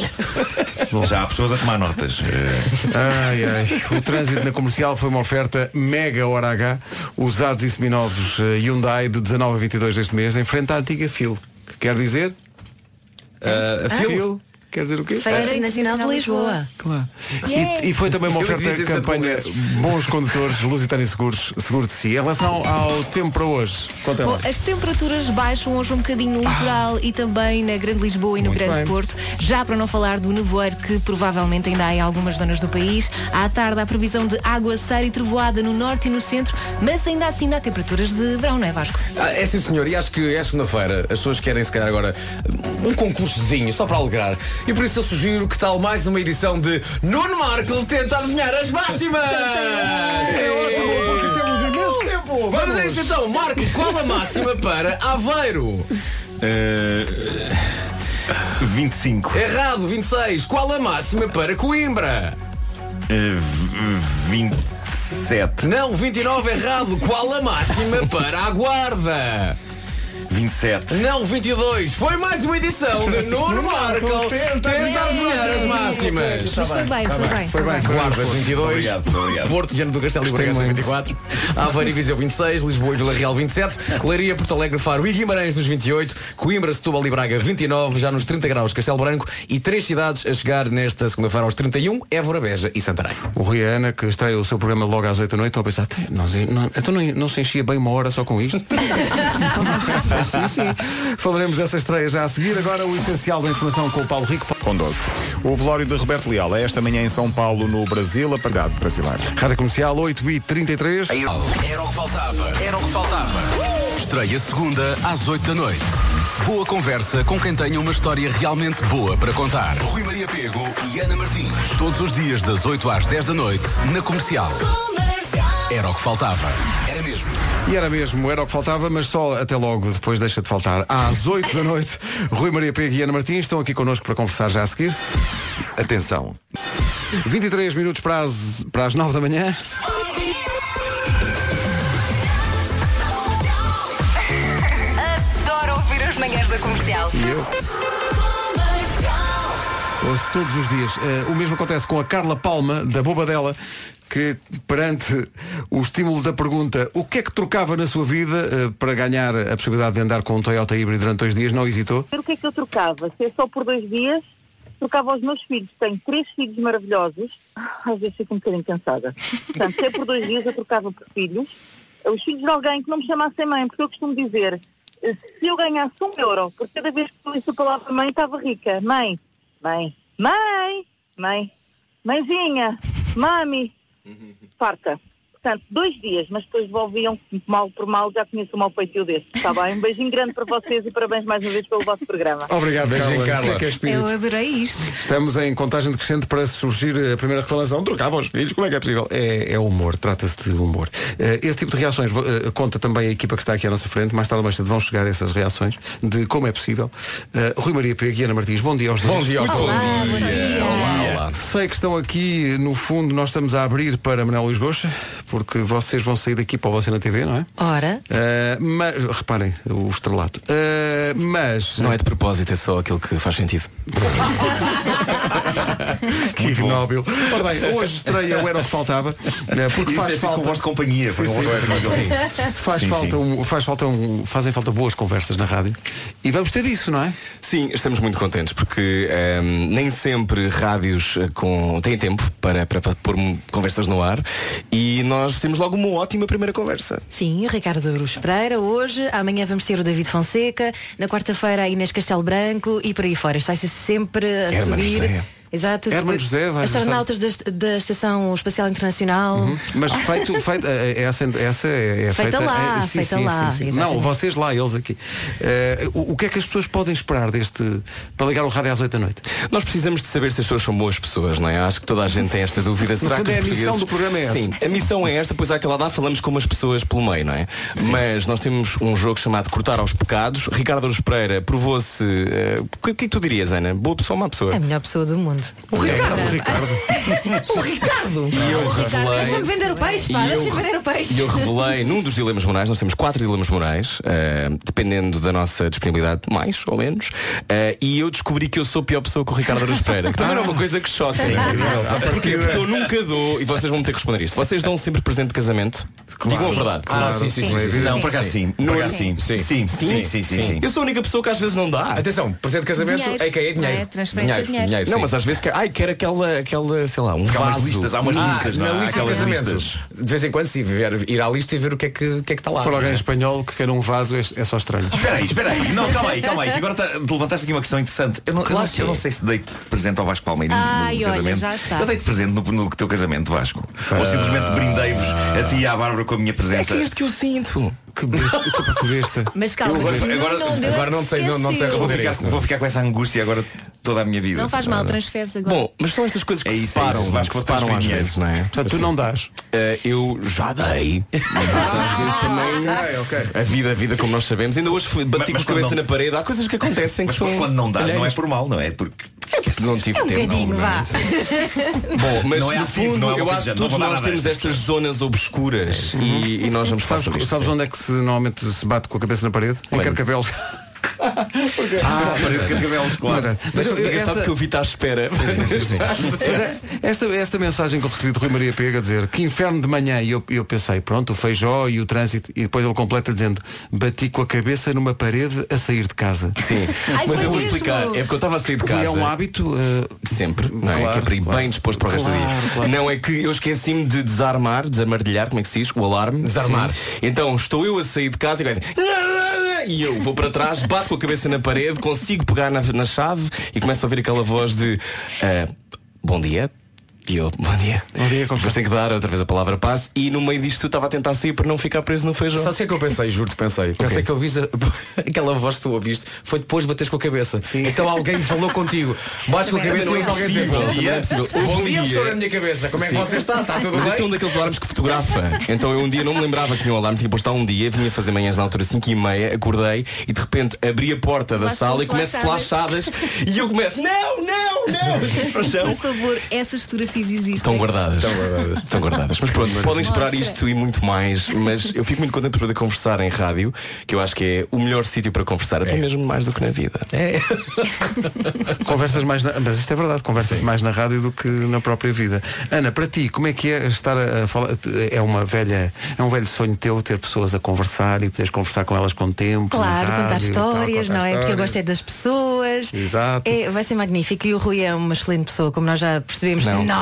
Já há pessoas a tomar notas.
Ai, ai. O trânsito na comercial foi uma oferta mega hora H. Usados e seminovos eh, Hyundai de 19 a 22 deste mês, em frente à antiga FIL. Que quer dizer?
Ah, a
FIL.
Phil?
Quer dizer o quê?
Feira Internacional de Lisboa.
Claro. E, e foi também uma
Eu é
oferta
disse
de
isso a
campanha
todos.
Bons Condutores, Lusitânia Seguros, Seguro de Si. Em relação ao tempo para hoje, conta
Bom,
Então.
lá.
as temperaturas baixam hoje um bocadinho no litoral e também na Grande Lisboa e no
Muito
Grande
bem.
Porto. Já para não falar do nevoeiro que provavelmente ainda há em algumas zonas do país. À tarde há previsão de aguaceiro e trevoada no norte e no centro, mas ainda assim dá temperaturas de verão, não é Vasco?
Ah, é sim senhor, e acho que é segunda-feira As pessoas querem se calhar agora um concursozinho Só para alegrar E por isso eu sugiro que tal mais uma edição de Nuno Marco tenta adivinhar as máximas É ótimo, porque
temos imenso tempo
Vamos a isso então, Marco, qual a máxima para Aveiro?
Eh, 25.
Errado, 26 Qual a máxima para Coimbra?
Eh, v- 27.
Não, 29 errado Qual a máxima para a Guarda?
27.
Não, 22 Foi mais uma edição de Nuno Marco Tenta adivinhar as máximas
Mas foi bem, foi bem.
Foi bem, Guarda 22, Porto, Viana do Castelo e
Gostei
Bragança
muito.
24, Aveiro e Viseu 26, Lisboa e Vila Real 27, Leiria, Porto Alegre, Faro e Guimarães nos 28, Coimbra, Setúbal e Braga 29, já nos 30 graus Castelo Branco e três cidades a chegar nesta segunda-feira aos 31, Évora, Beja e Santarém.
O Rui e a Ana, que estreia o seu programa logo
<laughs>
às 8 da noite, estão a pensar, "Tem, nós- não, então não, não se enchia bem uma hora só com isto? Sim, sim. Falaremos dessa estreia já a seguir. Agora o essencial da informação com o Paulo Rico.
Com 12. O velório de Roberto Leal é esta manhã em São Paulo, no Brasil, a parada brasileira.
Rádio Comercial 8 e 33.
Era o que faltava, era o que faltava. Estreia segunda às 8 da noite. Boa conversa com quem tenha uma história realmente boa para contar. Rui Maria Pego e Ana Martins. Todos os dias das 8 às 10 da noite na Comercial. Era o que faltava. Era mesmo.
E era mesmo, era o que faltava, mas só até logo, depois deixa de faltar. Às 8 da noite, <laughs> Rui Maria Pego e Ana Martins estão aqui connosco para conversar já a seguir.
Atenção.
23 minutos para as, para as 9 da manhã.
Adoro ouvir as manhãs da comercial.
E <laughs> eu? Ouço todos os dias. Eh, o mesmo acontece com a Carla Palma, da boba dela, que perante o estímulo da pergunta o que é que trocava na sua vida eh, para ganhar a possibilidade de andar com um Toyota híbrido durante dois dias, não hesitou?
Ver o que é que eu trocava. Se é só por dois dias, trocava aos meus filhos. Tenho três filhos maravilhosos. Às vezes fico um bocadinho cansada. Portanto, se é por dois dias, eu trocava por filhos. Os filhos de alguém que não me chamassem mãe, porque eu costumo dizer, eh, se eu ganhasse um euro por cada vez que eu disse a palavra mãe, estava rica. Mãe, mãe, mãe, mãe, mãezinha, mami, farta. Portanto, dois dias, mas depois devolviam mal por mal, já conheço o mau feitio deste, está bem? Um beijinho grande para vocês e parabéns mais uma vez pelo vosso programa.
Obrigado,
Beijinho,
Carla. Isto é
Carla.
que é espírito.
Eu adorei isto.
Estamos em contagem decrescente para surgir a primeira reclamação. Trocava os filhos, como é que é possível? É, é humor, trata-se de humor. Eh, esse tipo de reações vo- eh, conta também a equipa que está aqui à nossa frente. Mais tarde ou mais cedo vão chegar essas reações de como é possível. Eh, Rui Maria Pego e Ana Martins, bom dia aos dois.
Bom dia aos Olá, dois. bom dia. Olá,
Sei que estão aqui, no fundo, nós estamos a abrir para Manuel Luís Goxa, porque vocês vão sair daqui para você na TV, não é?
Ah. Ora.
Eh, mas, reparem, o estrelato. Eh, mas.
Não é de propósito, é só aquilo que faz
<laughs>
sentido.
que ignóbil. Ora bem, hoje estreia o Era o que Faltava, né,
é
porque
Isso,
faz
isso
falta.
com voz de companhia, foi
Sim,
com
sim.
é
voz de companhia.
Sim. Faz
Sim,
falta,
sim.
um- faz falta um- fazem falta boas conversas na rádio. E vamos ter disso, não é?
Sim, estamos muito contentes porque ehm, nem sempre rádios eh, com, têm tempo para, para, para pôr conversas no ar e nós temos logo uma ótima primeira conversa.
Sim, Ricardo Bruce Pereira hoje, amanhã vamos ter o David Fonseca, na quarta-feira a Inês Castelo Branco e por aí fora. Isto vai ser sempre a
Herman
subir.
José.
Exato.
Herman José vai Uhum.
Astronautas da, da Estação Espacial Internacional. <laughs> Ah,
Mas feito, feito eh, eh, essa, essa é, é
Feita
feita.
lá,
eh, sim,
feita
sim,
lá,
sim, sim.
exatamente.
Não, vocês lá, eles aqui. Eh, o, o que é que as pessoas podem esperar deste. para ligar o rádio às 8 da noite?
Nós precisamos de saber se as pessoas são boas pessoas, não é? Acho que toda a gente tem esta dúvida. Será
fundo,
que os
é a missão
portugueses-
do programa é essa.
Sim, a missão é esta, pois àquela lá falamos com as pessoas pelo meio, não é? Mas nós temos um jogo chamado Cortar aos Pecados. Ricardo Aruz Pereira provou-se. eh, O que, o que é que tu dirias, Ana? Boa pessoa ou má pessoa?
é A melhor pessoa do mundo. É,
O Ricardo.
o Ricardo!
E eu revelei-
Deixa-me vender o peixe, pá,
E eu-
deixa-me vender o peixe.
E eu revelei num dos dilemas morais, nós temos quatro dilemas morais, eh, dependendo da nossa disponibilidade, mais ou menos, eh, e eu descobri que eu sou a pior pessoa que o Ricardo Aruz Pereira, que também não é uma coisa que choca.
Sim, incrível.
Porquê? Porque eu nunca dou, e vocês vão me ter que responder isto, vocês dão sempre presente de casamento? Digam a verdade.
Claro. Ah, sim, sim, sim, sim, sim. Não, por acaso sim. Por acaso sim. Sim. Sim, sim, sim, sim, sim.
Eu sou a única pessoa que às vezes não dá. Atenção, presente de
casamento, Dinheiro. aka dinheiro. Não é? Transferência de dinheiro.
Não,
Sim.
mas às vezes, quer- ai, quer aquela, aquela sei lá, um
Porque há umas
vaso.
listas, há umas
Ah,
listas, não é?
na
Há
lista de
aquelas
casamento.
listas.
De vez em quando, sim, ver- ir à lista e ver o que é que, o que, é que está lá.
Se for alguém
não é?
espanhol que queira um vaso, é, é só estranho.
Espera aí, espera aí. Não, calma aí, calma aí. que Agora tá- te levantaste aqui uma questão interessante. Eu não, eu
Claro
não-
que
eu não
é.
sei se dei presente ao Vasco Palmeiras
Ai,
no
olha,
casamento.
já está.
Eu dei presente no, no teu casamento, Vasco. Ou
Ah.
simplesmente brindei-vos a ti e à Bárbara com a minha
É
presença.
que é isto que eu sinto.
Que besta. Que besta.
Mas calma,
Eu
não, não deu, é que esqueceu.
vou ficar, vou ficar com essa angústia agora toda a minha vida.
Não faz
Ah.
mal, transferes agora.
Bom, mas são estas coisas que
É isso, é
separam,
isso. Vasco,
que
vou
separam às
transferir
vezes, não
dinheiro.
é? Eh,
Portanto, tu não
dás.
eu já dei. Ah!
ok, ok.
A vida, a vida, como nós sabemos. Ainda hoje fui- bati com
mas
a cabeça
quando não-
na parede. Há coisas que acontecem que são.
Quando não dás, não é
alheias.
por mal, não é? Porque
Não tive
É um
tempo.
bocadinho, vá.
Bom, mas
Não é
no
ativo,
fundo,
não é uma
eu acho
coisa
que
de género, não
todos
vou dar
nós
nada
temos estas zonas
É.
obscuras e, e
<laughs>
nós vamos falar
sabes,
sobre isto.
sabes onde é que se, normalmente se bate com a cabeça na parede? Em Carcavelos.
Ah,
parede de cabelos, claro.
Mas eu,
eu-
engraçado
essa-
que eu vi estar à espera.
<laughs>
Mas é- esta, esta mensagem que eu recebi de Rui Maria Pega a dizer que inferno de manhã e eu, eu pensei, pronto, o feijó e o trânsito e depois ele completa dizendo bati com a cabeça numa parede a sair de casa.
Sim,
Ai,
mas
foi
eu vou
mesmo?
explicar. É porque eu estava a sair de
Porque
casa.
é um hábito.
Sempre, não é?
claro,
que é para ir
claro.
bem disposto para o resto do
Claro,
dia. Não é que eu esqueci-me de desarmar, desarmadilhar, como é que se diz? O alarme.
Desarmar.
Sim. Então estou eu a sair de casa e vai assim. <laughs> ah! E eu vou para trás, bato com a cabeça na parede, consigo pegar na, na chave e começo a ouvir aquela voz de ah, bom dia. E eu, bom dia. Bom dia, como Depois tenho que dar outra vez a palavra passe e no meio disto tudo estava a tentar sair para não ficar preso no feijão.
Sabe o que é que eu pensei? Juro-te, pensei. Pensei é que eu ouvis a- <laughs> aquela voz que tu ouviste foi depois bateres com a cabeça. Então alguém falou contigo. Bates com a
Também
cabeça e
não é
ouves alguém dizer
possível,
bom
também não é
dia.
possível.
Bom
Bom
dia,
dia.
pessoa na minha cabeça. Como é que
Sim.
você está? Está tudo
Mas esse é um
bem?
daqueles alarmes que fotografa. Então eu um dia não me lembrava que tinha um alarme, tinha posto há um dia, vinha fazer manhãs na altura 5 e meia, acordei e de repente abri a porta da
Começo
sala
com
e começo
flashadas.
flashadas e eu começo, não, não,
<laughs>
não! Para o chão.
Por favor, essas fotografias existem.
é-
Estão guardadas. Estão guardadas. Mas pronto, podem esperar isto e muito mais, mas eu fico muito contente por poder conversar em rádio, que eu acho que é o melhor sítio para conversar,
É.
até mesmo mais do que na vida.
É.
Conversas mais na... Mas isto é verdade, conversas mais na rádio do que na própria vida. Ana, para ti, como é que é estar a, a falar? É uma velha, é um velho sonho teu ter pessoas a conversar e poderes conversar com elas com tempo.
Claro,
na
contar
rádio e tal,
histórias,
contar
não é? Porque eu
histórias.
gosto é das pessoas.
Exato.
É, vai ser magnífico. E o Rui é uma excelente pessoa, como nós já percebemos.
Não.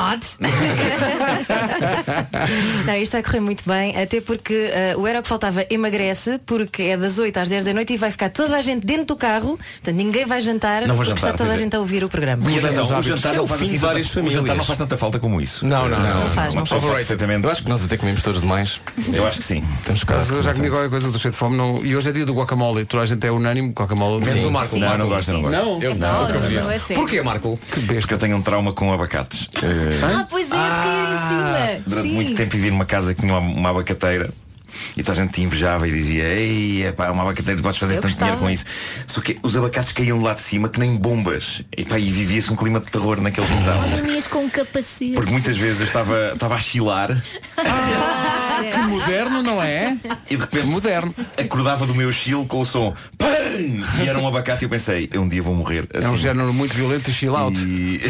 Not.
<laughs>
não, isto vai correr muito bem, até porque ah, o Era o que Faltava emagrece, porque é das 8 às 10 da noite e vai ficar toda a gente dentro do carro, portanto ninguém vai jantar,
Não vou
porque está
jantar,
toda a
pois é.
gente a ouvir o programa.
E atenção, o
É
jantar, não
o
faz
fim
assim
de
tanta-
várias
o jantar não
famílias.
faz tanta falta como isso.
Não, não, não.
Uma
faz, não
pessoa
faz.
perfeitamente.
Eu acho que nós até comemos todos demais.
Eu acho que sim.
Estamos
Mas eu já comi qualquer coisa do cheio de fome não... E hoje é dia do guacamole Toda a gente é unânime Guacamole
Sim. Não, não gosto, não gosto.
Eu
não, é assim.
nunca fiz isso.
Porquê, Marco?
Que besta.
Porque eu tenho um trauma com abacates. Eh,
Ah,
pois é, de cair em cima.
Durante
Sim.
muito tempo vivi numa casa que tinha uma, uma abacateira e toda a gente te invejava e dizia Ei, epá, é uma abacateira, tu podes fazer
Eu
tanto
gostava.
dinheiro com isso Só que os abacates caíam lá de cima que nem bombas Epá, E vivia-se um clima de terror naquele quintal
Ias com um capacete.
Porque muitas vezes eu estava, estava a chilar
Que moderno, não é?
E de repente moderno. acordava do meu chilo com o som PAM! E era um abacate e eu pensei, eu um dia vou morrer assim.
É um género muito violento e chill out
E...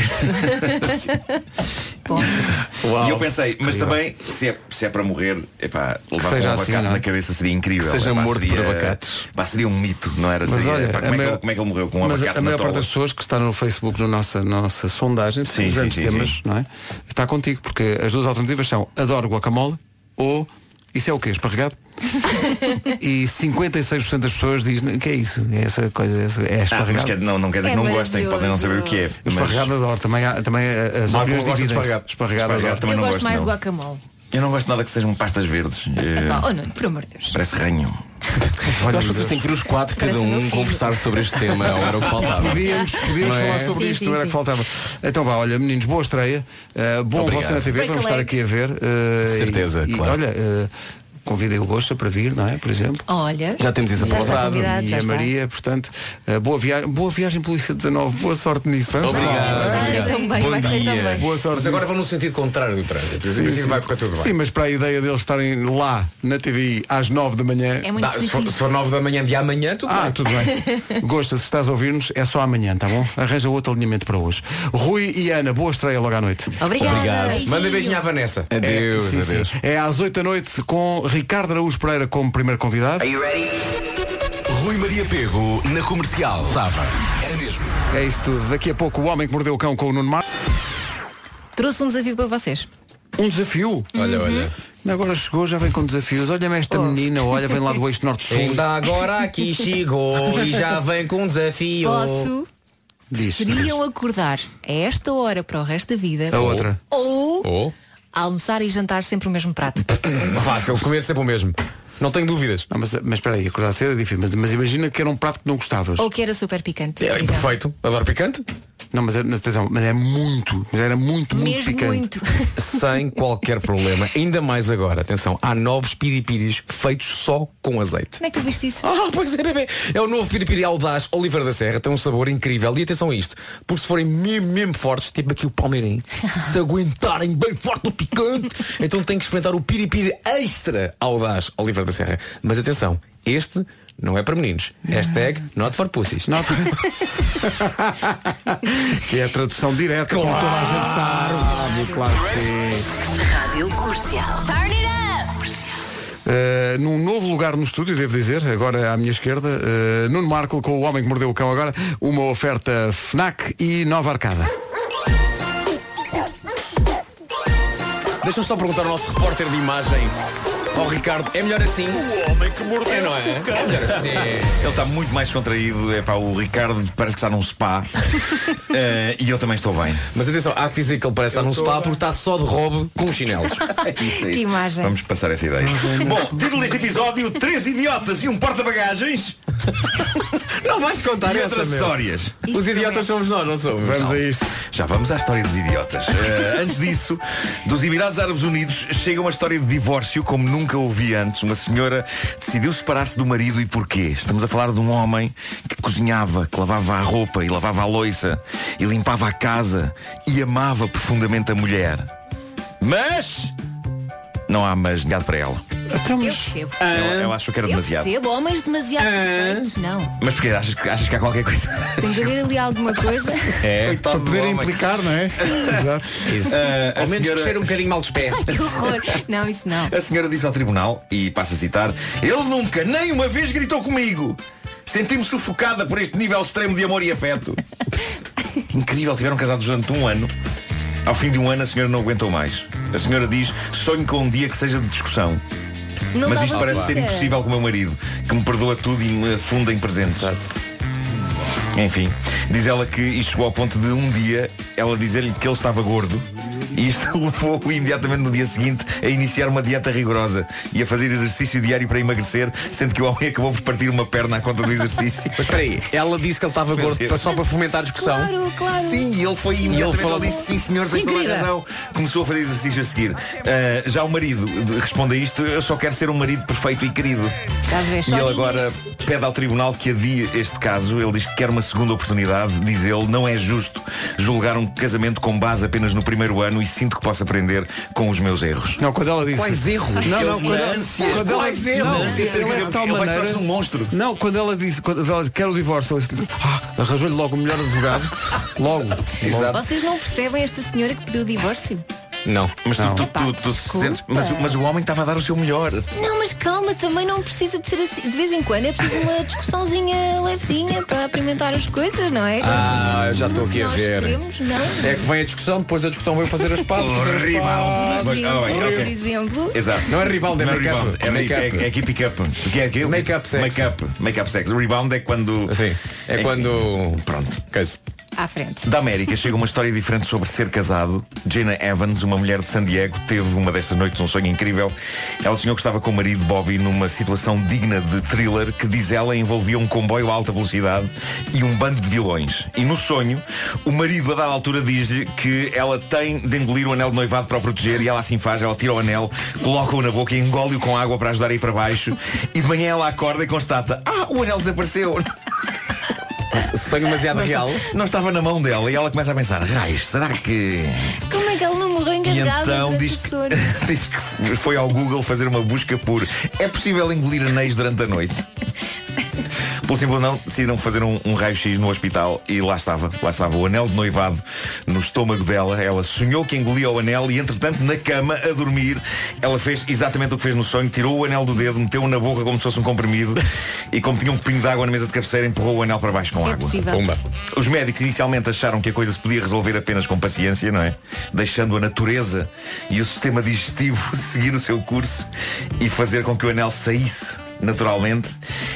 e eu pensei, mas também, se é, se é para morrer, epá, levar com um
seja
abacate
assim, não é?
na cabeça seria incrível.
Que seja
epá,
morto por
seria-
abacates.
epá, seria um mito, não era?
Mas
Seria,
olha,
epá,
a
como, é que
maior-
ele, como é que ele morreu? Com um
Mas
abacate
a
na
maior
tola?
parte das pessoas que está no Facebook na nossa, na nossa sondagem
Sim,
Sim,
sim,
grandes
sim,
temas,
sim.
não é? Está contigo Porque as duas alternativas são Adoro guacamole Ou Isso é o quê? Esparregado? e 56% das pessoas dizem que é isso? É essa coisa essa- É
Ah, mas
esparregado
quer- não, não quer dizer que não gostem, podem não saber o que é.
O esparregado adoro Também, há, também eh, as
Marco
opiniões
gosta de
dividem
esparregado.
Esparregado
Esparregado
adoro
Eu
também não
gosto
gosto,
mais
não.
de guacamole.
Eu não gosto nada que sejam pastas verdes. Eh,
Epá, oh, Nuno, por amor de Deus.
Parece ranho.
Eu acho que vocês têm que vir os quatro, cada
Parece o meu
um,
filho.
conversar sobre este tema, ou era o que faltava.
Podíamos, podíamos
Não é?
falar sobre isto, era o que faltava. Então vá, olha, meninos, boa estreia. Uh, bom
Obrigado.
você na TV,
Break
vamos
a
estar
leg.
aqui a ver. uh,
Certeza,
e,
claro.
E, olha, uh, convidei o Gosta para vir, não é? Por exemplo.
Olha.
Já está convidado, E a Maria, portanto, uh, boa, viagem, boa viagem Polícia 19, boa sorte nisso. Vamos
Obrigado,
lá.
Vai obrigado. correr tão bem, Bom vai correr tão dia. bem.
Boa sorte
Mas agora
nisso.
vão no sentido contrário do trânsito. Eu digo assim, vai correr tudo bem.
Sim, mas para a ideia deles estarem lá na TVI às 9 da manhã.
Dá, se, for, se for 9 da manhã de amanhã, tudo
Ah,
bem. <laughs>
tudo bem. Gosta, se estás a ouvir-nos, é só amanhã, tá bom? Arranja outro alinhamento para hoje. Rui e Ana, boa estreia logo à noite.
Obrigada. Obrigado. Beijinho. Manda um beijinho à Vanessa. Adeus,
é,
adeus.
É às 8 da noite com Ricardo Araújo Pereira como primeiro convidado.
Rui Maria Pego na comercial. Tava. Era mesmo.
É isso tudo. Daqui a pouco o Homem que Mordeu o Cão com o Nuno Mar.
Trouxe um desafio para vocês.
Um desafio.
Hum,
Olha, olha. Uhum. Agora chegou, já vem com desafios. Olha-me esta menina, olha, vem lá do eixo norte-sul.
Ainda agora aqui chegou e já vem com um desafio.
Posso?
Diz.
Queriam acordar a esta hora para o resto da vida.
A outra.
Ou
Ou?
almoçar e jantar sempre o mesmo prato.
Fácil, comer sempre o mesmo. Não tenho dúvidas.
Não, mas, mas espera aí, acordar cedo é difícil. Mas, mas imagina que era um prato que não gostavas.
Ou que era super picante. por exemplo.
É Perfeito. Adoro picante.
Não, mas, é- mas atenção, mas é muito. Mas era muito, muito
Mesmo
picante.
muito.
<laughs>
Sem qualquer problema. Ainda mais agora. Atenção, há novos piripiris feitos só com azeite.
Como é que tu viste isso?
Ah, pois é, bebê. É o novo piripiri audaz Oliver da Serra, tem um sabor incrível. E atenção a isto, porque se forem mesmo, mesmo fortes, tipo aqui o
<laughs>
palmeirim, se aguentarem bem forte o picante, então tem que experimentar o piripiri extra audaz Oliver da Serra. Mas atenção, este não é para meninos. Hashtag not for pussies. <laughs>
que é a tradução direta, como toda a gente sabe. Ah, Claro que sim.
Rádio Comercial. Turn it up!
Uh, num novo lugar no estúdio, devo dizer, agora à minha esquerda, uh, Nuno Marco com o Homem que Mordeu o Cão agora, uma oferta FNAC e Nova Arcada.
Deixa-me só perguntar ao nosso repórter de imagem Oh Ricardo, é melhor assim. O
homem que mordeu.
É, não é? É melhor assim.
Ele está muito mais contraído. É pá, o Ricardo parece que está num <laughs> spa. Eh, e eu também estou bem.
Mas atenção, há que dizer que ele parece estar num spa porque está só de robe com os
<laughs>
chinelos.
Que
imagem.
Vamos passar essa ideia. Bom, título deste episódio: Três idiotas e um porta-bagagens.
Não vais contar
E
essa,
outras
meu.
histórias.
Os idiotas somos nós, não somos?
Vamos
Não.
a isto. Já vamos à história dos idiotas. <laughs> Eh, antes disso, dos Emirados Árabes Unidos chega uma história de divórcio como nunca ouvi antes. Uma senhora decidiu separar-se do marido e porquê? Estamos a falar de um homem que cozinhava, que lavava a roupa e lavava a loiça e limpava a casa e amava profundamente a mulher. Mas não há mas negado para ela.
Eu percebo.
Eu- eu acho que era
Eu
demasiado.
percebo, homens demasiado perfeitos, não.
Mas porquê? Achas, que- achas que há qualquer coisa?
Tem que haver ali alguma coisa. <laughs>
É, para
poder implicar,
<laughs>
não é? Exato.
Ah, a
Ao menos
senhora-
que cheira um bocadinho mal dos pés.
Que horror. Não, isso não.
A senhora disse ao tribunal, e passa a citar, ele nunca, nem uma vez gritou comigo. Senti-me sufocada por este nível extremo de amor e afeto. Incrível, tiveram casados durante um ano. Ao fim de um ano a senhora não aguentou mais. A senhora diz, sonho com um dia que seja de discussão.
Não
Mas
dava
isto parece ser
conta.
impossível com o meu marido, que me perdoa tudo e me afunda em presentes. Enfim, diz ela que isto chegou ao ponto de um dia ela dizer-lhe que ele estava gordo e isto <laughs> levou-o imediatamente no dia seguinte a iniciar uma dieta rigorosa e a fazer exercício diário para emagrecer, sendo que o homem <laughs> acabou por partir uma perna à conta do exercício.
Mas espera aí, ela disse que ele estava gordo para- só para fomentar a discussão.
Claro, claro.
Sim, e ele foi
E
imediatamente.
ele
Ele
falou-
disse sim, senhor,
Sim,
tens toda a
querida.
razão. Começou a fazer exercício a seguir. Ah, já o marido de- responde a isto, eu só quero ser um marido perfeito e querido.
Estás a ver?
E
Só
ele
nisso.
agora pede ao tribunal que adie este caso. Ele diz que quer uma segunda oportunidade. Diz ele, não é justo julgar um casamento com base apenas no primeiro ano e sinto que posso aprender com os meus erros.
Não, quando ela disse.
Quais erros?
Não, não,
Ele-
quando ela,
ânsias,
quando ela,
quais erros?
não,
Ânsias,
ele é
ele
de tal
vai
maneira.
tornar-se um monstro.
Não, quando ela disse, quando ela disse, quer o divórcio, ela disse, ah, arranjou-lhe logo o melhor advogado. Logo. Logo.
Vocês não percebem esta senhora que pediu o divórcio?
Não. Tá, Mas tu,
Não.
tu, tu, tu sentes. Mas, o- mas o homem estava a dar o seu melhor.
Não, mas calma, também não precisa de ser assim. De vez em quando é preciso <laughs> uma discussãozinha levezinha para apimentar as coisas, não é?
Ah, eu já estou aqui a
Nós
ver.
queremos, não?
É que vem a discussão, depois da discussão vem fazer as pazes. fazer as
Horrível.
pazes.
Mas- ah, bem,
Por
ok.
exemplo.
Exato.
Não é rebound, é
Não
make-up.
rebound, É make
Make-up.
É, é aqui pick-up. O que é que é?
Make-up sex.
Make-up. Make-up sex. Rebound é quando. Sim.
É quando.
Pronto.
À frente.
Da América chega uma história diferente sobre ser casado. Jenna Evans, uma mulher de San Diego, teve uma destas noites um sonho incrível. Ela sonhou que estava com o marido Bobby numa situação digna de thriller que, diz ela, envolvia um comboio a alta velocidade e um bando de vilões. E no sonho, o marido, a dada altura, diz-lhe que ela tem de engolir o anel de noivado para o proteger e ela assim faz. Ela tira o anel, coloca-o na boca e engole-o com água para ajudar a ir para baixo. E de manhã ela acorda e constata: Ah, o anel desapareceu.
Sonho demasiado
Não está-
real.
Não estava na mão dela e ela começa a pensar, raios, será que.
Como é que ele não morreu
E
engasgado?
então
durante
diz
o
que,
sono?
<laughs> diz que foi ao Google fazer uma busca por é possível engolir anéis durante a noite? Pelo simples não, decidiram fazer um, um raio-x no hospital e lá estava, lá estava o anel de noivado no estômago dela. Ela sonhou que engolia o anel e, entretanto, na cama, a dormir, ela fez exatamente o que fez no sonho, tirou o anel do dedo, meteu-o na boca como se fosse um comprimido e, como tinha um pingo de água na mesa de cabeceira, empurrou o anel para baixo com
É
água.
possível. Pumba.
Os médicos inicialmente acharam que a coisa se podia resolver apenas com paciência, não é? Deixando a natureza e o sistema digestivo <laughs> seguir o seu curso e fazer com que o anel saísse naturalmente.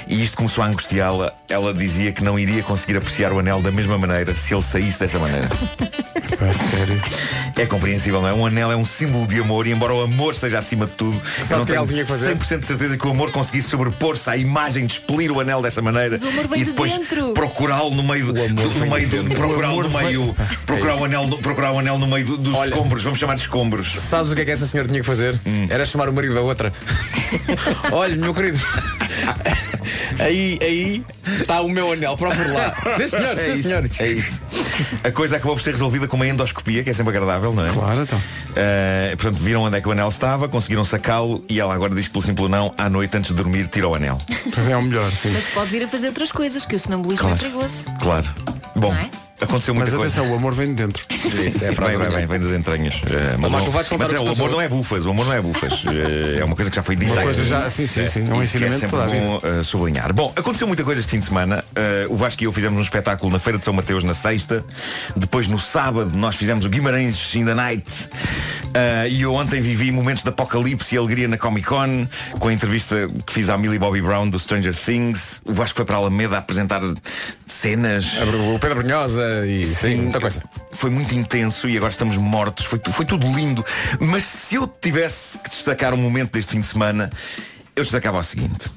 E isto começou a angustiá-la. Ela dizia que não iria conseguir apreciar o anel da mesma maneira se ele saísse
<laughs>
dessa maneira.
sério?
É compreensível, não é? Um anel é um símbolo de amor e embora o amor esteja acima de tudo, eu não
o que é que
tenho
ela tinha que fazer?
100% de certeza que o amor conseguisse sobrepor-se à imagem de expelir o anel dessa maneira
Mas o amor vem
e
de
depois
dentro.
procurá-lo no meio do, do- no meio do procurá-lo no <laughs> meio
é
procurar o anel no- procurar o anel no meio do- dos escombros, vamos chamar de escombros. Hum.
Sabes o que é que essa senhora tinha que fazer? Era chamar o marido da
<laughs>
outra. Olha, meu querido. Aí, aí está o meu anel, procure lá. Sim senhor,
é
sim
isso,
senhor.
É isso. A coisa acabou por ser resolvida com uma endoscopia, que é sempre agradável, não é? Claro,
então.
portanto, viram onde é que o anel estava, conseguiram sacá-lo e ela agora diz que pelo simples não, à noite antes de dormir, tira o anel.
Pois é o melhor, sim.
Mas pode vir a fazer outras coisas, que o sonambulismo é
Claro.
perigoso.
Claro. Bom,
Não é?
aconteceu
Mas
muita coisa.
atenção, o amor vem de dentro.
Isso é a frase
Bem,
da
bem,
manhã.
bem, vem das entranhas. Eh, mas
Ó, Marco,
não-
vais contar
mas
o que
é, o
se passou.
amor não é bufas, o amor não
<laughs>
é bufas. Eh, é uma coisa que já foi dita.
Uma coisa
Eh,
já- sim, sim,
eh,
sim, é um
e que
ensinamento
sempre
toda a vida.
bom eh, sublinhar. Bom, aconteceu muita coisa este fim de semana. Eh, o Vasco e eu fizemos um espetáculo na Feira de São Mateus na sexta. Depois no sábado nós fizemos o Guimarães in the Night. Ah, e eu ontem vivi momentos de apocalipse e alegria na Comic Con, com a entrevista que fiz à Millie Bobby Brown do Stranger Things. O Vasco foi para a Alameda apresentar cenas.
O Pedro Brunhosa e sim, muita coisa.
Foi muito intenso e agora estamos mortos. Foi, tu- foi tudo lindo. Mas se eu tivesse que destacar um momento deste fim de semana, eu destacava o seguinte.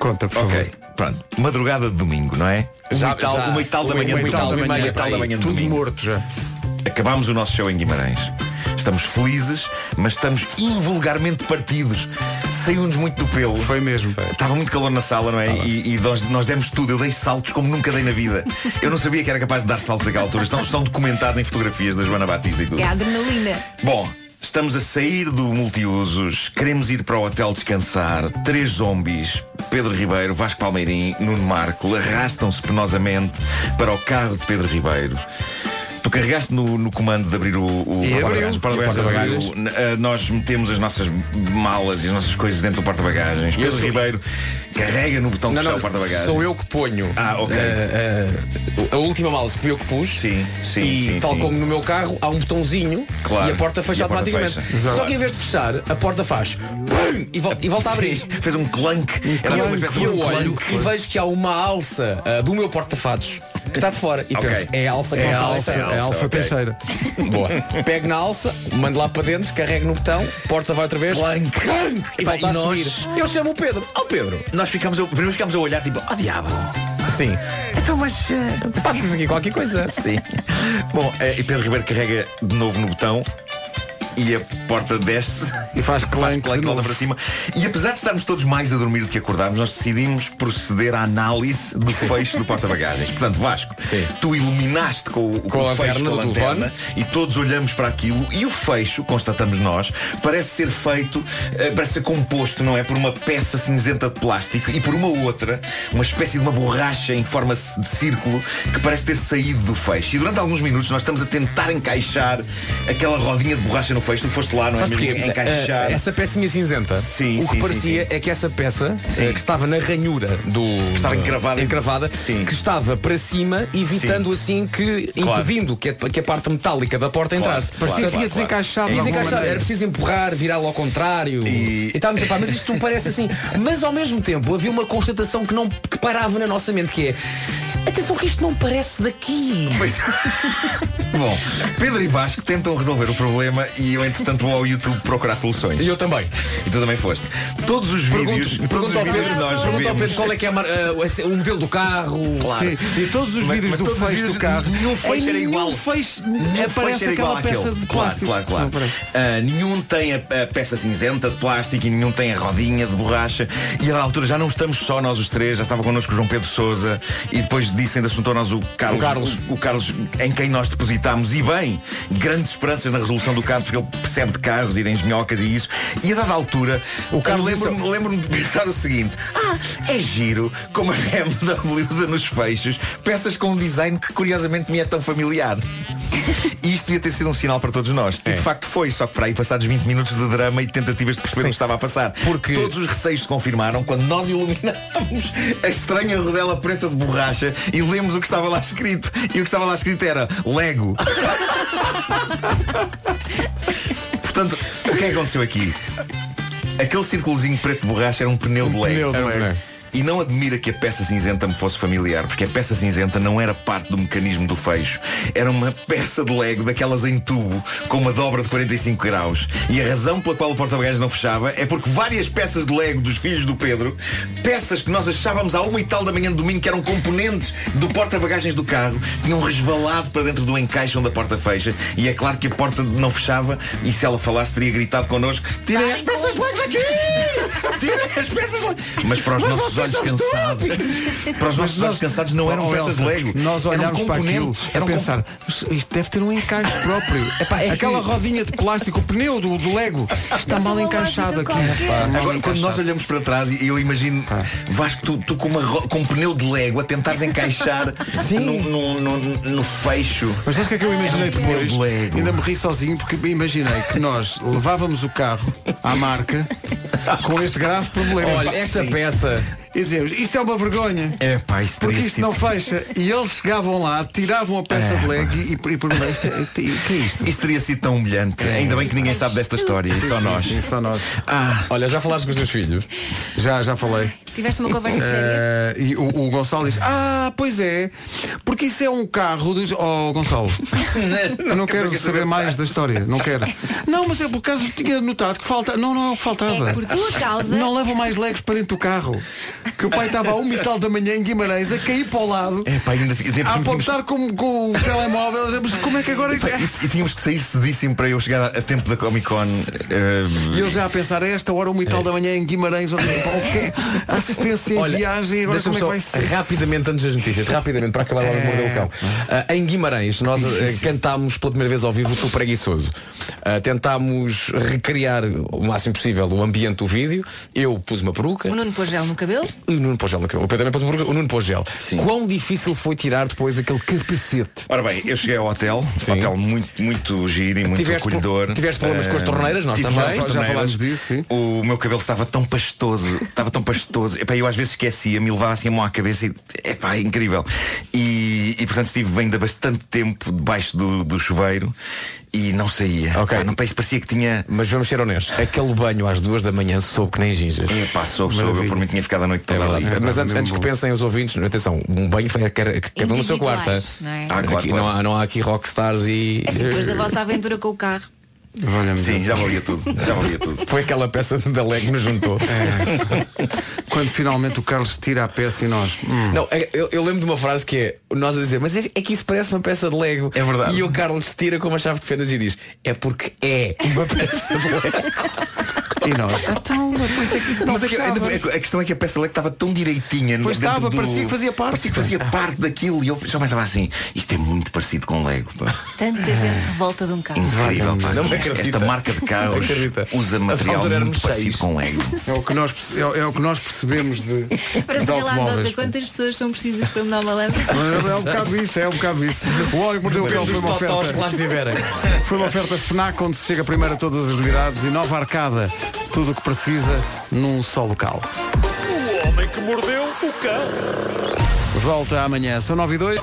Conta, por
Ok, pronto. Madrugada de domingo, não é?
Já-
uma e tal,
já.
uma Um e tal da
Uma e
manhã,
tal
uma e tal
da
da manhã,
manhã,
uma e tal da
peraí.
manhã de
Tudo
domingo.
morto já.
Acabámos o nosso show em Guimarães. Estamos felizes, mas estamos invulgarmente partidos. Saiu-nos muito do pelo. Foi
mesmo.
Estava muito calor na sala, não é? e e nós, nós demos tudo. Eu dei saltos como nunca dei na vida. Eu não sabia que era capaz de dar saltos naquela altura. Estão, estão documentados em fotografias da Joana Batista e tudo.
É a adrenalina.
Bom, estamos a sair do multiusos, queremos ir para o hotel descansar. Três zombies, Pedro Ribeiro, Vasco Palmeirim, Nuno Marco, arrastam-se penosamente para o carro de Pedro Ribeiro. Tu carregaste no, no comando de abrir o, o
E abriu.
porta-bagagens. O
E o
porta-bagagens
porta-bagagens.
abriu. Eh, Nós metemos as nossas malas e as nossas coisas dentro do porta-bagagens.
E eu
Pedro
sou-
Ribeiro carrega no botão de
Não,
fechar
não,
o porta-bagagens.
sou eu que ponho
Ah, ok.
eh, eh, a última mala que fui eu que pus sim,
sim,
e
sim,
tal
sim.
como no meu carro há um botãozinho
Claro.
e a porta fecha
E a porta
automaticamente.
fecha. Exato.
Só que em vez de fechar, a porta faz pum, e, vol- e volta a abrir.
<laughs> Fez um clank. Era uma espécie de
E eu
um
olho
clank.
e vejo que há uma alça ah, do meu porta-fatos que está de fora. E
Ok.
penso, é a alça que
É
nós
a
vamos
alça,
lançar.
é a alça
ok.
Teixeira.
Boa. Pego na alça, mando lá para dentro, carrego no botão, porta vai outra vez.
Clank.
clank, e
Epá,
volta
e
a
nós-
subir. Eu chamo o Pedro. Ó Pedro.
Nós ficamos, a- primeiro ficamos a olhar tipo, ó diabo.
Sim.
Então, mas.
eh,
Passas aqui qualquer coisa.
Sim. Bom, eh, e Pedro Ribeiro carrega de novo no botão e a porta desce e <laughs> faz clank, volta para cima. E apesar de estarmos todos mais a dormir do que acordarmos, nós decidimos proceder à análise do fecho do porta-bagagens. Portanto, Vasco, tu iluminaste com, o-
Com a
o fecho
lanterna
com a
do
lanterna e todos olhamos para aquilo e o fecho, constatamos nós, parece ser feito, eh, parece ser composto, não é? Por uma peça cinzenta de plástico e por uma outra, uma espécie de uma borracha em forma de círculo que parece ter saído do fecho. E durante alguns minutos nós estamos a tentar encaixar aquela rodinha de borracha no fecho. Tu foste lá, não é?
Sabes
mesmo?
porquê?
Encaixar.
Eh, Essa pecinha cinzenta
Sim,
O que
sim,
parecia
sim,
é que essa peça eh,
Sim.
Que estava na ranhura do
estava
do-
encravada.
encravada, Que estava para cima Evitando assim que
Claro.
Impedindo que a, que a parte metálica da porta
Claro,
entrasse
claro, Parecia que ia claro, claro. desencaixado
Ia
de alguma
desencaixar, Era
maneira.
preciso empurrar, virá-lo ao contrário E, estávamos a pá, Mas isto parece assim Mas ao mesmo tempo havia uma constatação que, não, que parava na nossa mente Que é Atenção que isto não parece daqui
Bom, Pedro e Vasco tentam resolver o problema e eu, entretanto, vou ao YouTube procurar soluções. E
eu também.
E tu também foste. Todos os vídeos, todos os
Pergunta ao
vídeos que
Pedro,
nós
pergunta ao
vemos.
Pedro qual é que é a mar- eh, o modelo do carro.
Claro.
Sim.
E todos os
Mas-
vídeos
mas
do
todos os
fecho
vídeos
do carro.
nenhum fecho
em
era igual.
Nenhum fecho
Nenhum
aparece
fecho era Uhum. igual
aquela peça
àquele.
de plástico.
Claro, claro, claro. Ah, nenhum tem a, a peça cinzenta de plástico e nenhum tem a rodinha de borracha. E à altura já não estamos só nós os três, já estava connosco o João Pedro Souza e depois disso ainda se juntou a nós o
O
Carlos,
Carlos.
o- o Carlos em quem nós depositámos e bem, grandes esperanças na resolução do caso, porque ele percebe de carros e de engenhocas e isso. E a dada altura, o
Carlos
lembro-me
assim,
lembro-me de pensar o seguinte: ah, é giro como a BMW usa nos fechos peças com um design que curiosamente me é tão familiar. E isto devia ter sido um sinal para todos nós. E de facto foi, só que para aí passados 20 minutos de drama e tentativas de perceber o que estava a passar. Porque todos os receios se confirmaram quando nós iluminámos a estranha rodela preta de borracha e lemos o que estava lá escrito. E o que estava lá escrito era Lego. <laughs> Portanto, o que é que aconteceu aqui? Aquele círculozinho preto de borracha era um pneu de
pneu
lego.
de lego.
E não admira que a peça cinzenta me fosse familiar, porque a peça cinzenta não era parte do mecanismo do fecho. Era uma peça de lego daquelas em tubo, com uma dobra de 45 graus. E a razão pela qual o porta-bagagens não fechava é porque várias peças de lego dos filhos do Pedro, peças que nós achávamos à uma e tal da manhã de domingo que eram componentes do porta-bagagens do carro, tinham resvalado para dentro do encaixe onde a porta fecha. E é claro que a porta não fechava e se ela falasse teria gritado connosco, tirem as peças de lego daqui! Tirem as peças de lego! Mas para os
Mas
nossos
vocês
olhos
são
cansados.
estúpidos!
Para
Mas
os nossos
nós-
olhos cansados não eram
Oh,
peças de
Elsa,
Lego.
Nós olhámos
eram
para aquilo
componentes.
a
eram
pensar, isto deve ter um encaixe <laughs> próprio.
Epá, é
Aquela
que-
rodinha de plástico, o pneu do, do Lego, está mal encaixado aqui. Está mal
Agora, quando
é encaixado.
nós olhamos para trás e eu imagino
Ah.
Vasco, tu, tu com, uma ro- com um pneu de Lego a tentares
<laughs>
encaixar no, no- no- no fecho.
Mas sabes o que é que eu imaginei
Era um pneu
depois?
de Lego.
Ainda me ri sozinho porque imaginei que <laughs> nós levávamos o carro à marca com este grave problema.
Olha, essa peça
e dizíamos, isto é uma vergonha.
É pá, isso
Porque
teria
isto não fecha. E eles chegavam lá, tiravam a peça de leg e, e perguntavam, isto, é- que é isto? É.
Isso teria sido tão humilhante. Ainda bem que ninguém sabe desta história.
Sim,
só
sim,
nós. Ah.
sim, só nós.
Olha, já falaste com os teus filhos?
Já, já falei.
Tiveste uma conversa
Ah,
séria.
Eh, e o, o Gonçalo diz, ah, pois é, porque isso é um carro dos. Oh Gonçalo, eu não quero saber mais da história, não quero. Não, mas é por causa tinha notado que falta. Não, não é o que faltava.
É por tua causa.
Não levam mais legos para dentro do carro. Que o pai estava a uma e tal da manhã em Guimarães a cair para o lado.
É pá, ainda
A apontar com, com o telemóvel, dizemos, como é que agora.
Epá, e, e tínhamos que sair cedíssimo para eu chegar a, a tempo da Comic Con. eh,
E eu já a pensar, a esta hora, uma e tal da manhã em Guimarães, onde pá, o quê? assistência em
Olha,
viagem, agora como
deixa-me
é que vai
só
ser?
Rapidamente, antes das notícias, rapidamente, para acabar lá no
É.
Mordeu o Cão. Ah, em Guimarães, nós ah, cantámos pela primeira vez ao vivo o Preguiçoso. Ah, tentámos recriar o máximo possível o ambiente do vídeo. Eu pus uma peruca.
O Nuno pôs gel no cabelo.
E o Nuno pôs gel no cabelo. O Pedro também pôs uma peruca. O Nuno pôs gel. Quão difícil foi tirar depois aquele capacete?
Ora bem, eu cheguei ao hotel, hotel muito, muito giro e muito
Tiveste pro-
acolhedor.
tiveste problemas com as
Eh,
torneiras, nós
tive
também,
problemas
já
com as
falámos
torneiras. O meu cabelo estava tão pastoso, <laughs> estava tão pastoso. Epá, eu às vezes esquecia, me levava assim a mão à cabeça e epá, é incrível. E, e, portanto estive ainda bastante tempo debaixo do, do chuveiro e não saía. Epá, não parecia- parecia que tinha.
Mas vamos ser honestos, aquele banho às duas da manhã soube que nem gingas. É
É pá, soube, soube. Eu por mim tinha ficado a noite toda ali.
Mas antes, antes que pensem os ouvintes, atenção, um banho foi cada cada um no seu quarto. hein?
Individuais, não é?
Ah, claro,
Aqui
claro.
Não, há, não há aqui rockstars e.
É assim, depois da vossa aventura com o carro.
Sim, já valia tudo. Já valia tudo.
Foi aquela peça da Leg que nos juntou.
É. Quando finalmente o Carlos tira a peça e nós. hum.
Não, é- eu, eu lembro de uma frase que é nós a dizer, mas é, é que isso parece uma peça de Lego. É verdade. E o Carlos tira com uma chave de fendas e diz, é porque é uma <laughs> peça de Lego.
E nós, então, mas é que isso não
Mas é que-
fechava.
é que- a questão é que a peça leque estava tão direitinha. no-
Pois
dentro
estava, parecia que fazia parte.
Parecia que fazia parte daquilo. E eu só pensava assim, isto é muito parecido com Lego. pá.
Tanta gente de volta de um carro.
Incrível. pá.
Não me
Esta-
acredito.
Esta marca de
Não
carros
acredito.
usa material
Altura
muito
éramos
parecido
seis.
com Lego.
É o que nós, perce- é, o- é o que nós percebemos de,
Para
de
sei lá,
automóveis.
nota quantas pessoas são precisas para me dar uma lâmpada.
<laughs>
<laughs>
É um bocado isso, é um bocado isso. O Homem que Mordeu o Cão foi uma
Dos totós
oferta.
que lá estiverem.
<laughs> Foi uma oferta FNAC onde se chega primeiro a todas as novidades e nova arcada. Tudo o que precisa num só local.
O homem que mordeu o cão.
Volta amanhã, são 9 e 2.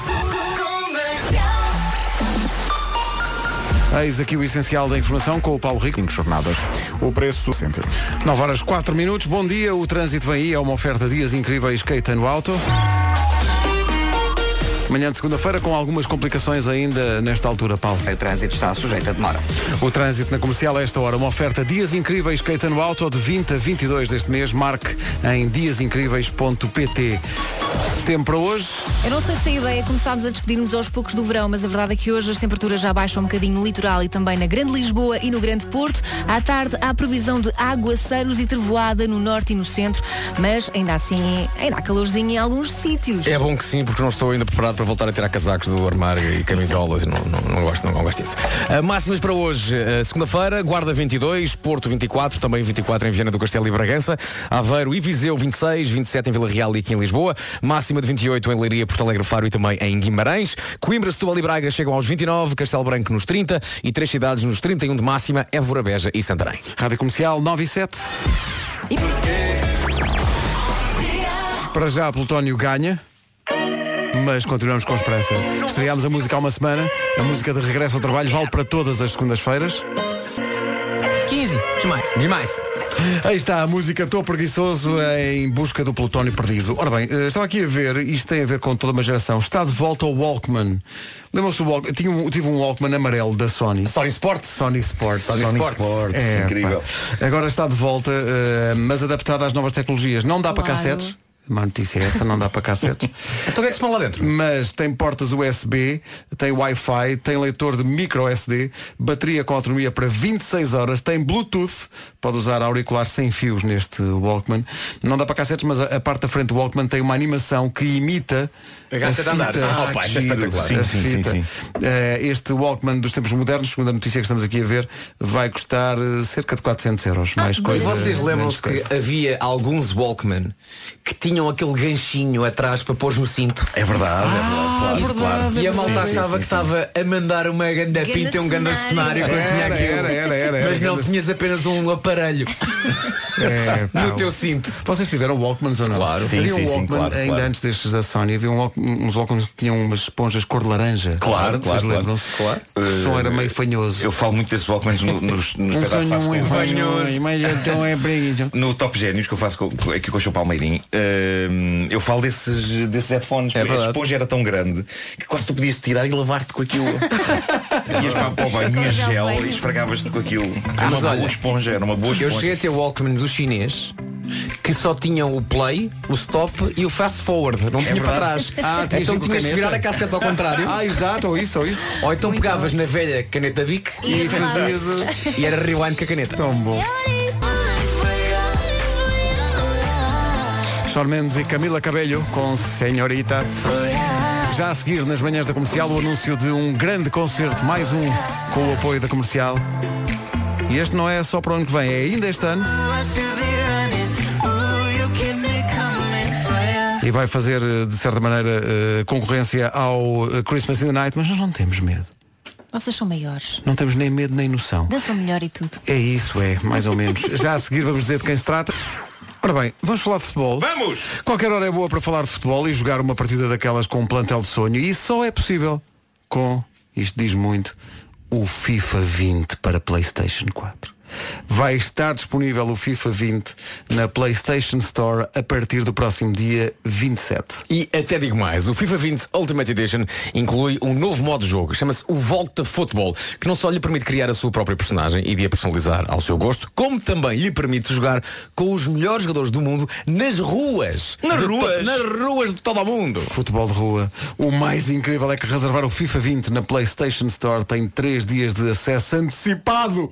Eis aqui o essencial da informação com o Paulo Rico. Cinco jornadas.
O preço centro.
9 horas 4 minutos. Bom dia, o trânsito vem aí. É uma oferta Dias Incríveis Keita no Auto. Manhã de segunda-feira com algumas complicações ainda nesta altura, Paulo.
O trânsito está sujeito a demora.
O trânsito na comercial a esta hora, uma oferta Dias Incríveis Keita no Auto de 20 a 22 deste mês. Marque em diasincríveis.pt. Tempo para hoje.
Eu não sei se a ideia é começarmos a despedir-nos aos poucos do verão, mas a verdade é que hoje as temperaturas já baixam um bocadinho no litoral e também na Grande Lisboa e no Grande Porto. À tarde há previsão de aguaceiros e trevoada no norte e no centro, mas ainda assim ainda há calorzinho em alguns sítios.
É bom que sim, porque não estou ainda preparado para voltar a tirar casacos do armário e camisolas. não, não, não gosto, não, não gosto disso. Ah, máximas para hoje, ah, segunda-feira, Guarda 22, Porto 24, também 24 em Viana do Castelo e Bragança, Aveiro e Viseu 26, 27 em Vila Real e aqui em Lisboa, máxima de 28 em Leiria, Porto Alegre, Faro e também em Guimarães, Coimbra, Setúbal e Braga chegam aos 29, Castelo Branco nos 30 e três cidades nos 31 de máxima, Évora, Beja e Santarém.
Rádio Comercial 9 e 7. Para já, Plutónio ganha. Mas continuamos com esperança. Estreámos a música há uma semana. A música de regresso ao trabalho vale para todas as segundas-feiras.
15, demais, demais.
Aí está a música Tô Preguiçoso em busca do Plutónio Perdido. Ora bem, eh, estava aqui a ver, isto tem a ver com toda uma geração, está de volta o Walkman. Lembram-se do Walkman? Tinha um, tive um Walkman amarelo da Sony. Sony
Sports.
Sony Sports.
Sony Sports.
É, pá.
Incrível.
Agora está de volta, eh, mas adaptada às novas tecnologias. Não dá para
Claro.
cassetes. Má notícia é essa, não dá para cassetes.
<laughs> então o que é que se põe lá dentro?
Mas tem portas USB, tem Wi-Fi, tem leitor de micro SD, bateria com autonomia para 26 horas, tem Bluetooth, pode usar auriculares sem fios neste Walkman. Não dá para cassetes, mas a, a parte da frente do Walkman tem uma animação que imita.
A gaja de andar,
fita.
sim. Oh, pá, isto é
Giro.
espetacular. Sim,
A
sim, sim,
fita.
sim.
Eh, Este Walkman dos tempos modernos, segundo a notícia que estamos aqui a ver, vai custar eh, cerca de 400 euros. mais
E
coisa.
Ah, vocês
menos
lembram-se que
coisa.
havia alguns Walkman que tinham aquele ganchinho atrás para pôr no cinto?
É verdade,
é
verdade, verdade,
E a
é
malta
verdade.
achava
Sim, sim,
que estava a mandar uma ganda
Ganda
pinta e um ganda cenário
cenário.
quando tinha
Era, um
aquilo.
era, era, era, era,
Mas não
ganda-
tinhas apenas um aparelho.
<laughs> É, pá,
no teu cinto.
Vocês tiveram Walkmans ou não?
Claro.
Havia um Walkman, ainda antes destes da Sony, havia um Walk- uns Walkmans que tinham umas esponjas cor de laranja.
Claro,
Vocês
claro, claro.
lembram-se? O som era meio fanhoso.
Eu falo muito desses Walkmans no- nos,
<laughs>
nos
Um
pedaços que
sonho
faço com
muito
o Vasco.
fanhoso, mas então é brilho.
No Top Génios que eu faço com- aqui com o João Palmeirim, hum, eu falo desses, desses headphones.
É
a
verdade.
esponja era tão grande que quase tu podias tirar e lavar-te
<laughs>
com aquilo. Ias para, para o banho, tinha gel e esfregavas-te com aquilo. Era uma
Mas olha,
boa esponja, era uma boa
Eu
esponja.
cheguei a ter Walkman do chinês que só tinham o play, o stop e o fast forward. Não
É
tinha para
verdade.
trás.
Ah, tinhas
então
que ir com
tinhas que
caneta?
virar a cassete ao contrário.
Ah, exato, ou isso, ou isso.
Ou então pegavas na velha caneta Bic
E
e fazias.
fazias-
E era rewind com a caneta.
Tão bom. Shawn Mendes e Camila Cabello com Senhorita. Já a seguir, nas manhãs da comercial, o anúncio de um grande concerto, mais um, com o apoio da comercial. E este não é só para o ano que vem, é ainda este ano. E vai fazer, eh, de certa maneira, eh, concorrência ao eh, Christmas in the Night, mas nós não temos medo.
Vocês são maiores.
Não temos nem medo nem noção.
Dançam melhor e tudo.
É isso, é, mais ou menos. Já a seguir vamos dizer de quem se trata. Ora bem, vamos falar de futebol. Vamos! Qualquer hora é boa para falar de futebol e jogar uma partida daquelas com um plantel de sonho. E isso só é possível com, isto diz muito, o FIFA 20 para PlayStation 4. Vai estar disponível o FIFA 20 na PlayStation Store a partir do próximo dia 27.
E até digo mais, o FIFA 20 Ultimate Edition inclui um novo modo de jogo, chama-se o Volta Futebol, que não só lhe permite criar a sua própria personagem e de a personalizar ao seu gosto, como também lhe permite jogar com os melhores jogadores do mundo nas ruas.
Nas
De to-
ruas?
Nas ruas de todo o mundo.
Futebol de rua. O mais incrível é que reservar o FIFA 20 na PlayStation Store tem 3 dias de acesso antecipado.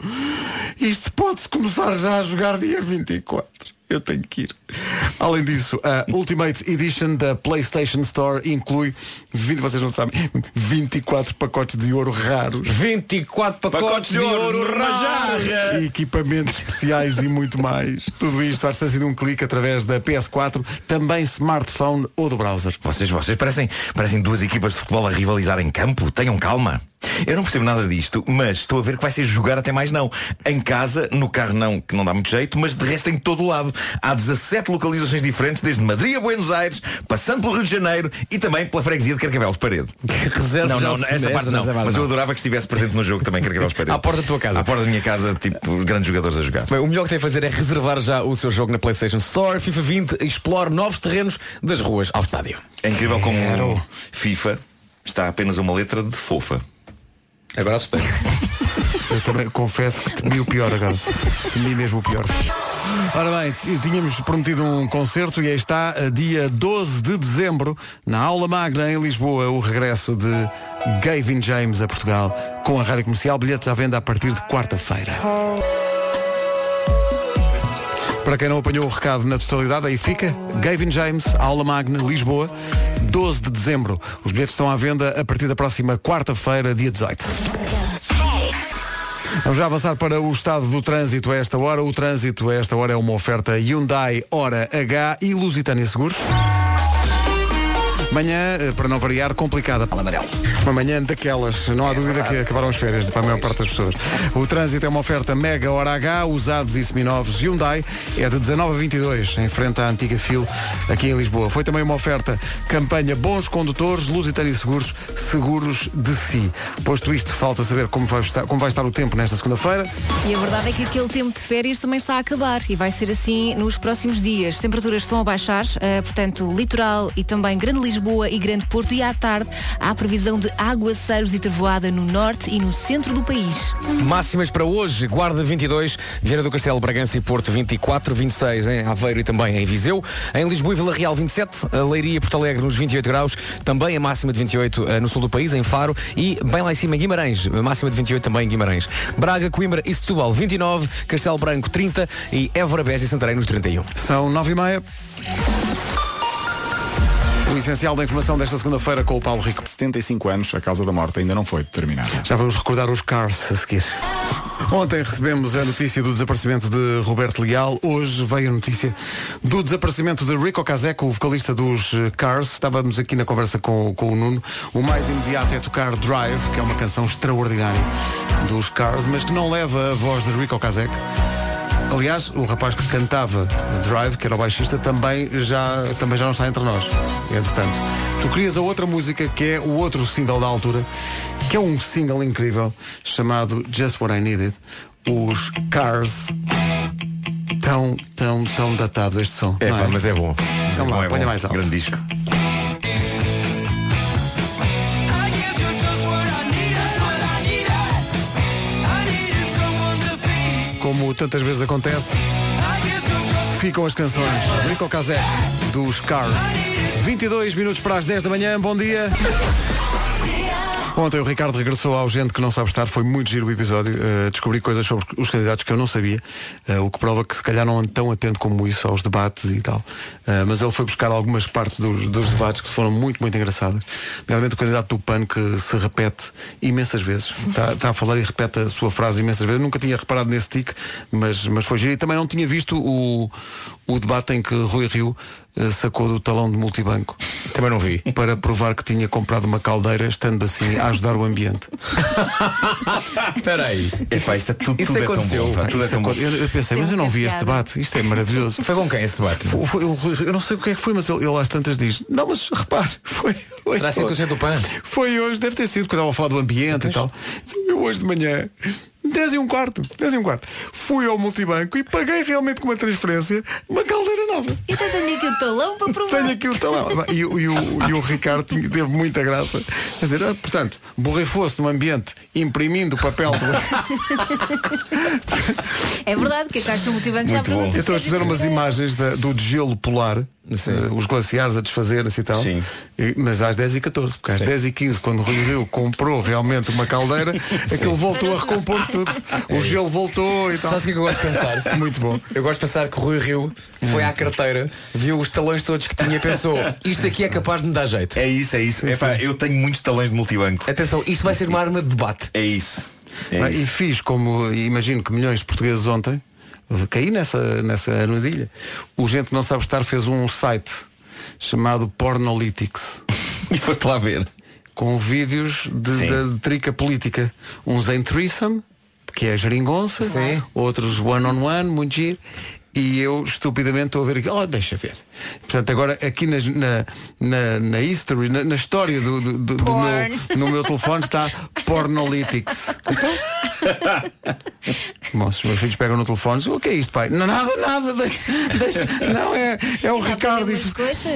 Isto pode-se começar já a jogar dia 24. Eu tenho que ir. Além disso, a Ultimate Edition da PlayStation Store inclui, 20, vocês não sabem, 24 pacotes de ouro raros.
24 pacotes, de ouro, raro.
E equipamentos especiais e muito mais. Tudo isto faz-se assim de um clique através da PS4, também smartphone ou do browser.
Vocês, vocês parecem, parecem duas equipas de futebol a rivalizar em campo. Tenham calma. Eu não percebo nada disto, mas estou a ver que vai ser jogar até mais não. Em casa, no carro não, que não dá muito jeito, mas de resto em todo o lado. Há 17 localizações diferentes, desde Madrid a Buenos Aires, passando pelo Rio de Janeiro e também pela freguesia de
<laughs>
Carcavelos Parede.
Reserve
não,
já
não,
o
esta
semestre,
parte não.
mas é mais
Mas eu
não.
adorava que estivesse presente no jogo também, Carcavelos Parede.
<laughs> À porta da tua casa.
À porta da minha casa, tipo, os grandes jogadores a jogar.
Bem, o melhor que tem a fazer é reservar já o seu jogo na PlayStation Store. FIFA 20 explore novos terrenos das ruas ao estádio.
É incrível como FIFA está apenas uma letra de fofa.
Agora assustei.
Eu também confesso que temi o pior agora. Temi mesmo o pior. Ora bem, t- tínhamos prometido um concerto e aí está, a dia 12 de dezembro, na Aula Magna, em Lisboa, o regresso de Gavin James a Portugal com a rádio comercial. Bilhetes à venda a partir de quarta-feira. Para quem não apanhou o recado na totalidade, aí fica Gavin James, Aula Magna, Lisboa, 12 de dezembro. Os bilhetes estão à venda a partir da próxima quarta-feira, dia 18. Vamos já avançar para o estado do trânsito a esta hora. O trânsito a esta hora é uma oferta Hyundai Hora H e Lusitânia Seguros. Manhã, eh, para não variar, complicada. Uma manhã daquelas, não há dúvida que acabaram as férias para a maior parte das pessoas. O trânsito é uma oferta Mega Hora H, usados e seminovos Hyundai, é de 19 a 22, em frente à antiga FIL, aqui em Lisboa. Foi também uma oferta campanha Bons Condutores, Lusitânia Seguros, Seguros de Si. Posto isto, falta saber como vai estar, como vai estar o tempo nesta segunda-feira.
E a verdade é que aquele tempo de férias também está a acabar e vai ser assim nos próximos dias. Temperaturas estão a baixar, eh, portanto, litoral e também Grande Lisboa e Grande Porto. E à tarde há previsão de aguaceiros e trevoada no norte e no centro do país.
Máximas para hoje, Guarda 22, Vieira do Castelo, Bragança e Porto 24, 26 em Aveiro e também em Viseu, em Lisboa e Vila Real 27, a Leiria e Porto Alegre nos 28 graus, também a máxima de 28 eh, no sul do país, em Faro e bem lá em cima em Guimarães, a máxima de 28 também em Guimarães. Braga, Coimbra e Setúbal 29, Castelo Branco 30 e Évora Beja e um. Santarém nos 31.
São 9 e meia. O essencial da informação desta segunda-feira com o Paulo Rico.
75 anos, a causa da morte ainda não foi determinada.
Já vamos recordar os Cars a seguir. Ontem recebemos a notícia do desaparecimento de Roberto Leal. Hoje veio a notícia do desaparecimento de Rico Caseco, o vocalista dos eh, Cars. Estávamos aqui na conversa com, com o Nuno. O mais imediato é tocar Drive, que é uma canção extraordinária dos Cars, mas que não leva a voz de Rico Caseco. Aliás, o rapaz que cantava Drive, que era o baixista, também já, também já não está entre nós. Entretanto, tu crias a outra música que é o outro single da altura, que é um single incrível chamado Just What I Needed. Os Cars. Tão, tão, tão datado este som.
É,
não
pá, mas é bom.
Então
Mas é
lá,
bom,
ponha
é bom.
mais alto.
Grande disco.
Como tantas vezes acontece, ficam as canções. Rico Casé, dos Cars. 22 minutos para as 10 da manhã, bom dia. Ontem o Ricardo regressou ao Gente que não sabe estar, foi muito giro o episódio, eh, descobri coisas sobre os candidatos que eu não sabia, eh, o que prova que se calhar não ando tão atento como isso aos debates e tal. Eh, mas ele foi buscar algumas partes dos, dos debates que foram muito, muito engraçadas. Realmente o candidato do PAN que se repete imensas vezes. Está, está a falar e repete a sua frase imensas vezes. Nunca tinha reparado nesse tique, mas, mas foi giro. E também não tinha visto o, o debate em que Rui Rio eh, sacou do talão de multibanco. Também não vi. Para provar que tinha comprado uma caldeira, estando assim a ajudar o ambiente.
Espera aí. Epá, isto é tudo,
Isso
tudo
aconteceu.
é tão bom. pá,
Isso
tudo é tão bom.
aconte- Eu, eu pensei, mas eu não vi este debate. Isto é maravilhoso.
Foi com quem esse debate?
Foi- foi- eu, eu não sei o que é que foi, mas ele, ele às tantas diz, não, mas repare, <laughs> foi. foi
Terá sido com assim o senhor do PAN?
Foi hoje, deve ter sido, quando estava a falar do ambiente e tal. Eu hoje de manhã, 10 e um quarto, 10 e um quarto, fui ao multibanco e paguei realmente com uma transferência uma caldeira nova.
Então tenho aqui o talão para provar.
Tenho aqui o talão. E, o- e o, e o Ricardo tinha- teve muita graça. Quer dizer, ah, portanto, borrifou-se no ambiente imprimindo o
<laughs>
papel do.
É verdade que a Caixa Multibanco já pergunta. se é
Então eles
quer
fizeram umas
dizer-
imagens da- do gelo polar, eh, os glaciares a desfazerem-se e tal. E- mas às 10 e 14 porque às 10 e 15 quando o Rui Rio comprou realmente uma caldeira, aquilo voltou a recompor tudo. O gelo voltou e
então.
tal.
Sabes o que é que eu gosto de
<laughs>
pensar?
Muito bom.
Eu gosto de pensar que o Rui Rio foi à carteira, viu os talões todos que tinha e pensou, isto aqui é capaz de me dar jeito.
É isso, é isso. Epá, eu tenho muitos talões de multibanco.
Atenção, isto vai ser uma arma de debate.
É isso. É
Bem,
isso.
e fiz como imagino que milhões de portugueses ontem caí nessa nessa armadilha. O gente que não sabe estar fez um site chamado Pornolytics.
<laughs> E foste lá ver.
Com vídeos de, da- de trica política. Uns em threesome, que é a geringonça, outros one-on-one, muito giro. E eu estupidamente estou a ver aqui, oh, deixa ver. Portanto, agora aqui nas- na, na, na history, na, na história do, do- do- do
Porn.
meu, no meu telefone está
<laughs>
Pornolytics. Bom, se os meus filhos pegam no telefone dizem, o que é isto, pai? Não, nada, nada, de- deixa- não, é, é o Ricardo. Isso,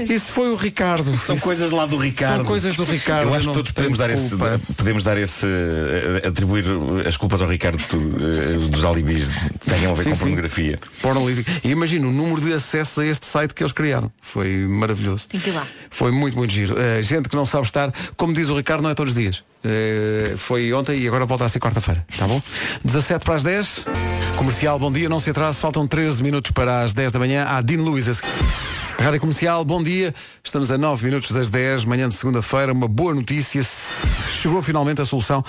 isso foi o Ricardo.
São
Isso-
coisas lá do Ricardo.
São coisas do Ricardo.
Eu acho
não
que todos podemos
tenho
dar, esse, é?
culpa.
podemos dar esse. eh, atribuir as culpas ao Ricardo de tudo, eh, dos alibis que tenham a ver
Sim,
com
sim.
pornografia.
Pornolítico. E imagina o número de acessos a este site que eles criaram. Foi maravilhoso.
Tem que ir lá.
Foi muito, muito giro. Eh, gente que não sabe estar, como diz o Ricardo, não é todos os dias. Eh, foi ontem e agora volta a ser quarta-feira, tá bom? 17 para as 10. Comercial, bom dia, não se atrase, faltam 13 minutos para as 10 da manhã. Há Dean Lewis a seguir. Rádio Comercial, bom dia. Estamos a 9 minutos das 10, manhã de segunda-feira, uma boa notícia. Chegou finalmente a solução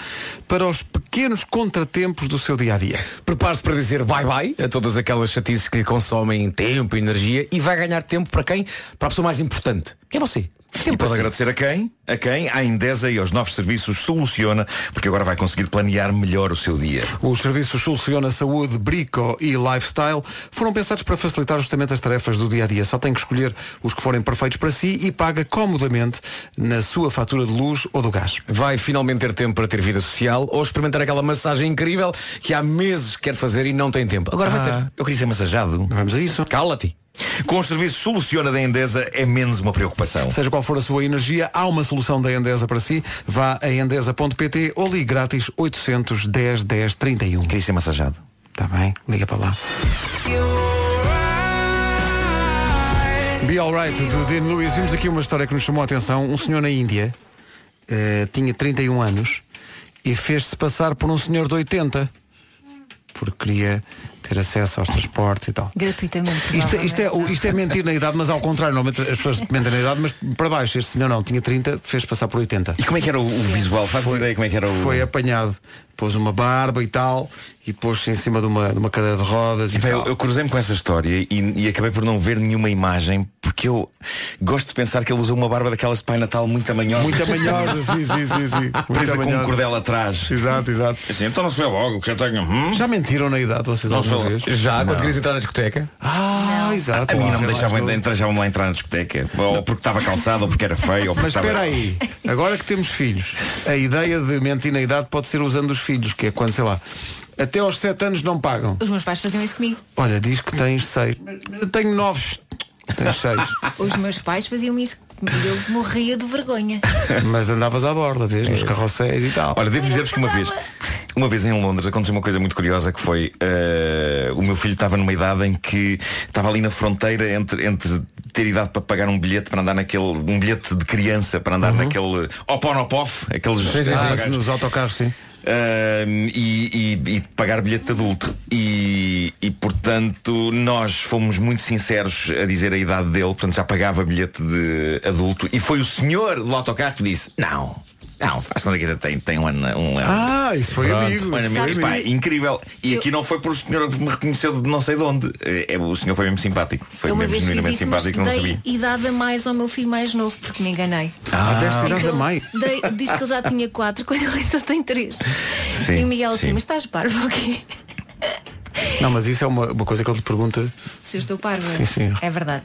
para os pequenos contratempos do seu dia-a-dia.
<laughs> Prepare-se para dizer bye-bye a todas aquelas chatices que lhe consomem tempo e energia e vai ganhar tempo para quem? Para a pessoa mais importante, que é você.
E pode agradecer a quem? A quem? À Endesa e aos novos serviços Soluciona, porque agora vai conseguir planear melhor o seu dia.
Os serviços Soluciona Saúde, Brico e Lifestyle foram pensados para facilitar justamente as tarefas do dia a dia. Só tem que escolher os que forem perfeitos para si e paga comodamente na sua fatura de luz ou do gás.
Vai finalmente ter tempo para ter vida social ou experimentar aquela massagem incrível que há meses quer fazer e não tem tempo. Agora vai ter.
Ah, Eu queria ser massajado.
Vamos a isso.
Cala-te.
Com os serviços Soluciona da Endesa é menos uma preocupação.
Seja qual for a sua energia, há uma solução da Endesa para si. Vá a endesa.pt ou ligue grátis 810 10 31. Queria
ser massajado.
Está um. Tá bem, liga para lá. Be Alright de Dean Lewis. Vimos aqui uma história que nos chamou a atenção. Um senhor na Índia eh, tinha 31 anos e fez-se passar por um senhor de 80 porque queria ter acesso aos transportes e tal.
Gratuitamente.
Isto, isto é, o- isto é mentir na idade, mas ao contrário, normalmente as pessoas mentem na idade, mas para baixo. Este senhor não, tinha 30, fez passar por 80.
E como é que era o, o visual? Faz ideia como é que era o.
Foi apanhado pôs uma barba e tal, e pôs-se em cima de uma, de uma cadeira de rodas e,
Epá,
tal.
eu, eu cruzei-me com essa história e, e acabei por não ver nenhuma imagem porque eu gosto de pensar que ele usou uma barba daquelas de Pai Natal muito amanhosa.
Muito amanhosa, sim, sim, sim, sim. Muito
Presa com um
amanhosa.
cordel atrás.
Exato, exato.
então não se vê logo que eu tenho. Hum?
Já mentiram na idade vocês
Não
alguma
sou-
vez?
Já, quando querias
entrar na discoteca? Ah, exato.
A mim não me
Sei lá,
deixavam
eu-
entrar, deixavam lá entrar na discoteca. Ou porque estava calçado, ou porque era feio, ou porque
Mas
estava.
espera aí, agora que temos filhos, a ideia de mentir na idade pode ser usando os filhos, que é quando, sei lá, até aos 7 anos não pagam.
Os meus pais faziam isso comigo.
Olha, diz que tens 6. Eu tenho 9. Tens 6.
Os meus pais faziam isso comigo. Eu morria de vergonha.
Mas andavas à borda, vês, nos carrosséis e tal.
É Olha, devo dizer-vos que uma vez, uma vez em Londres aconteceu uma coisa muito curiosa que foi eh, o meu filho estava numa idade em que estava ali na fronteira entre, entre ter idade para pagar um bilhete para andar naquele, um bilhete de criança para andar naquele op on op off, aqueles
Uhum.
Ah,
Sim, sim, sim,
apagados.
nos autocarros, sim.
Ahm, e, e- e pagar bilhete de adulto. E, e, portanto nós fomos muito sinceros a dizer a idade dele, portanto já pagava bilhete de adulto e foi o senhor do autocarro que disse, não, não, faz conta que ainda tem, tem um ano. Um ano.
Ah, isso foi
Pronto,
amigo.
um ano
Sabe-
amigo. Pá, incrível. E aqui não foi por o senhor que me reconheceu de não sei de onde. É, é, o senhor foi mesmo simpático. Foi
eu uma
mesmo
vez fiz
genuinamente
isso, mas
simpático, não
dei
sabia.
idade a mais ao meu filho mais novo, porque me enganei.
Ah, deste
Disse
idade
que
a
ele-
mais.
dei- disse que ele já tinha quatro, <laughs> quando ele só tem três.
Sim,
e o Miguel assim,
sim.
mas estás parvo aqui? <laughs>
Não, mas isso é uma, uma coisa que ele te pergunta.
Se eu estou parvo.
Sim, sim.
É verdade.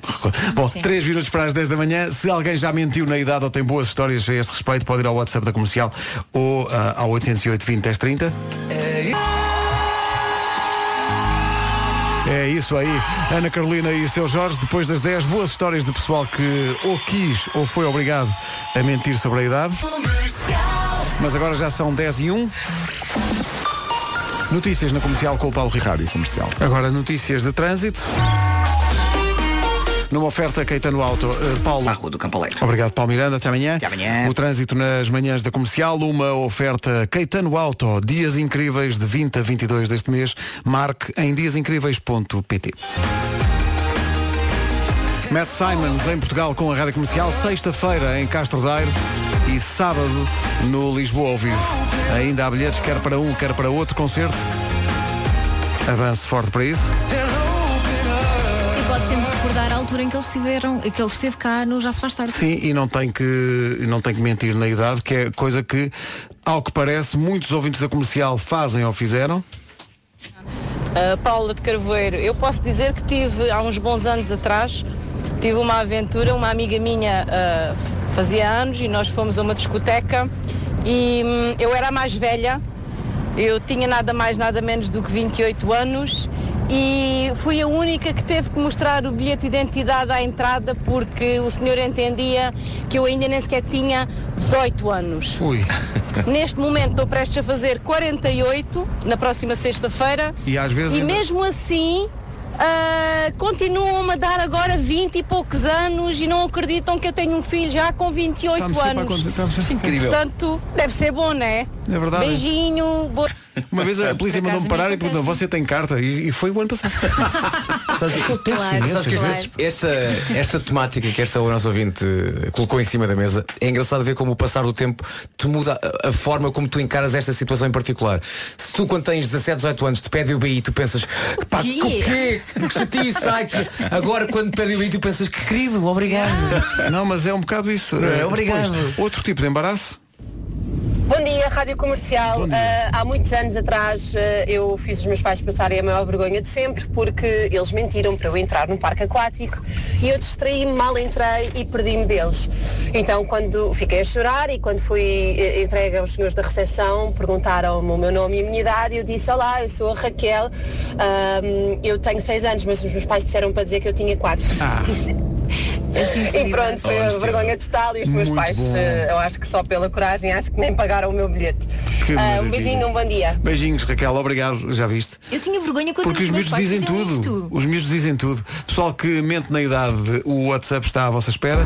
Bom,
Sim.
3 minutos para as 10 da manhã. Se alguém já mentiu na idade ou tem boas histórias a este respeito, pode ir ao WhatsApp da comercial ou ah, ao 808 20 10 30. É isso aí, Ana Carolina e seu Jorge, depois das 10 boas histórias de pessoal que ou quis ou foi obrigado a mentir sobre a idade. Mas agora já são 10 e 1. Notícias na comercial com o Paulo Rádio Comercial. Agora notícias de trânsito. Numa oferta Caetano Auto, eh, Paulo. Na
Rua do Campaleiro.
Obrigado, Paulo Miranda. Até amanhã. Até
amanhã.
O trânsito nas manhãs da comercial, uma oferta Caetano Auto. Dias incríveis de 20 a 22 deste mês. Marque em diasincríveis.pt. Matt Simons em Portugal com a Rádio Comercial, sexta-feira em Castro Daire e sábado no Lisboa ao vivo. Ainda há bilhetes, quer para um, quer para outro concerto. Avance forte para isso.
E pode sempre recordar a altura em que eles estiveram, que ele esteve cá no Já se faz tarde.
Sim, e não tem que e não tem que mentir na idade, que é coisa que, ao que parece, muitos ouvintes da comercial fazem ou fizeram.
Uh, Paula de Carvoeiro, eu posso dizer que tive há uns bons anos atrás, tive uma aventura, uma amiga minha uh, f- fazia anos e nós fomos a uma discoteca e hum, eu era a mais velha, eu tinha nada mais nada menos do que 28 anos e fui a única que teve que mostrar o bilhete de identidade à entrada porque o senhor entendia que eu ainda nem sequer tinha 18 anos.
Ui.
Neste momento estou prestes a fazer 48 na próxima sexta-feira.
E às vezes
E
ainda-
mesmo assim ah, continuam-me a dar agora 20 e poucos anos e não acreditam que eu tenho um filho já com 28
Está-me sempre a
anos.
acontecer- está-me sempre a acontecer.
Portanto, deve ser bom, não é?
É verdade.
Beijinho. Boa...
Uma vez a polícia mandou-me parar e perguntou, você tem carta? E, e foi o ano passado.
Sabes,
Ah,
Claro,
sabes que é às
claro.
vezes esta, esta temática que esta nossa ouvinte eh, colocou em cima da mesa é engraçado ver como o passar do tempo te muda a, a forma como tu encaras esta situação em particular. Se tu quando tens 17, 18 anos te pede o BI tu pensas, pá, que
quê?
o quê? Que chatice, ai, que... Agora quando pede o BI tu pensas, que querido, obrigado.
<laughs> Não, mas é um bocado isso.
É,
Eh,
obrigado.
depois, outro tipo de embaraço?
Bom dia, Rádio Comercial. Ah, há muitos anos atrás ah, eu fiz os meus pais passarem a maior vergonha de sempre porque eles mentiram para eu entrar num parque aquático e eu distraí-me, mal entrei e perdi-me deles. Então quando fiquei a chorar e quando fui eh, entregue aos senhores da recepção perguntaram-me o meu nome e a minha idade e eu disse olá, eu sou a Raquel, ah, eu tenho seis anos, mas os meus pais disseram para dizer que eu tinha quatro. <laughs>
É
E pronto, foi a
Honestidade.
vergonha total e os meus
Muito
pais,
bom.
eh, eu acho que só pela coragem, acho que nem pagaram o meu bilhete.
Que
Ah,
maravilha.
um beijinho, um bom dia.
Beijinhos, Raquel, obrigado, já viste.
Eu tinha vergonha quando
Porque os
meus
miúdos
pais
dizem
faziam
tudo.
isto.
Os miúdos dizem tudo. Pessoal que mente na idade, o WhatsApp está à vossa espera.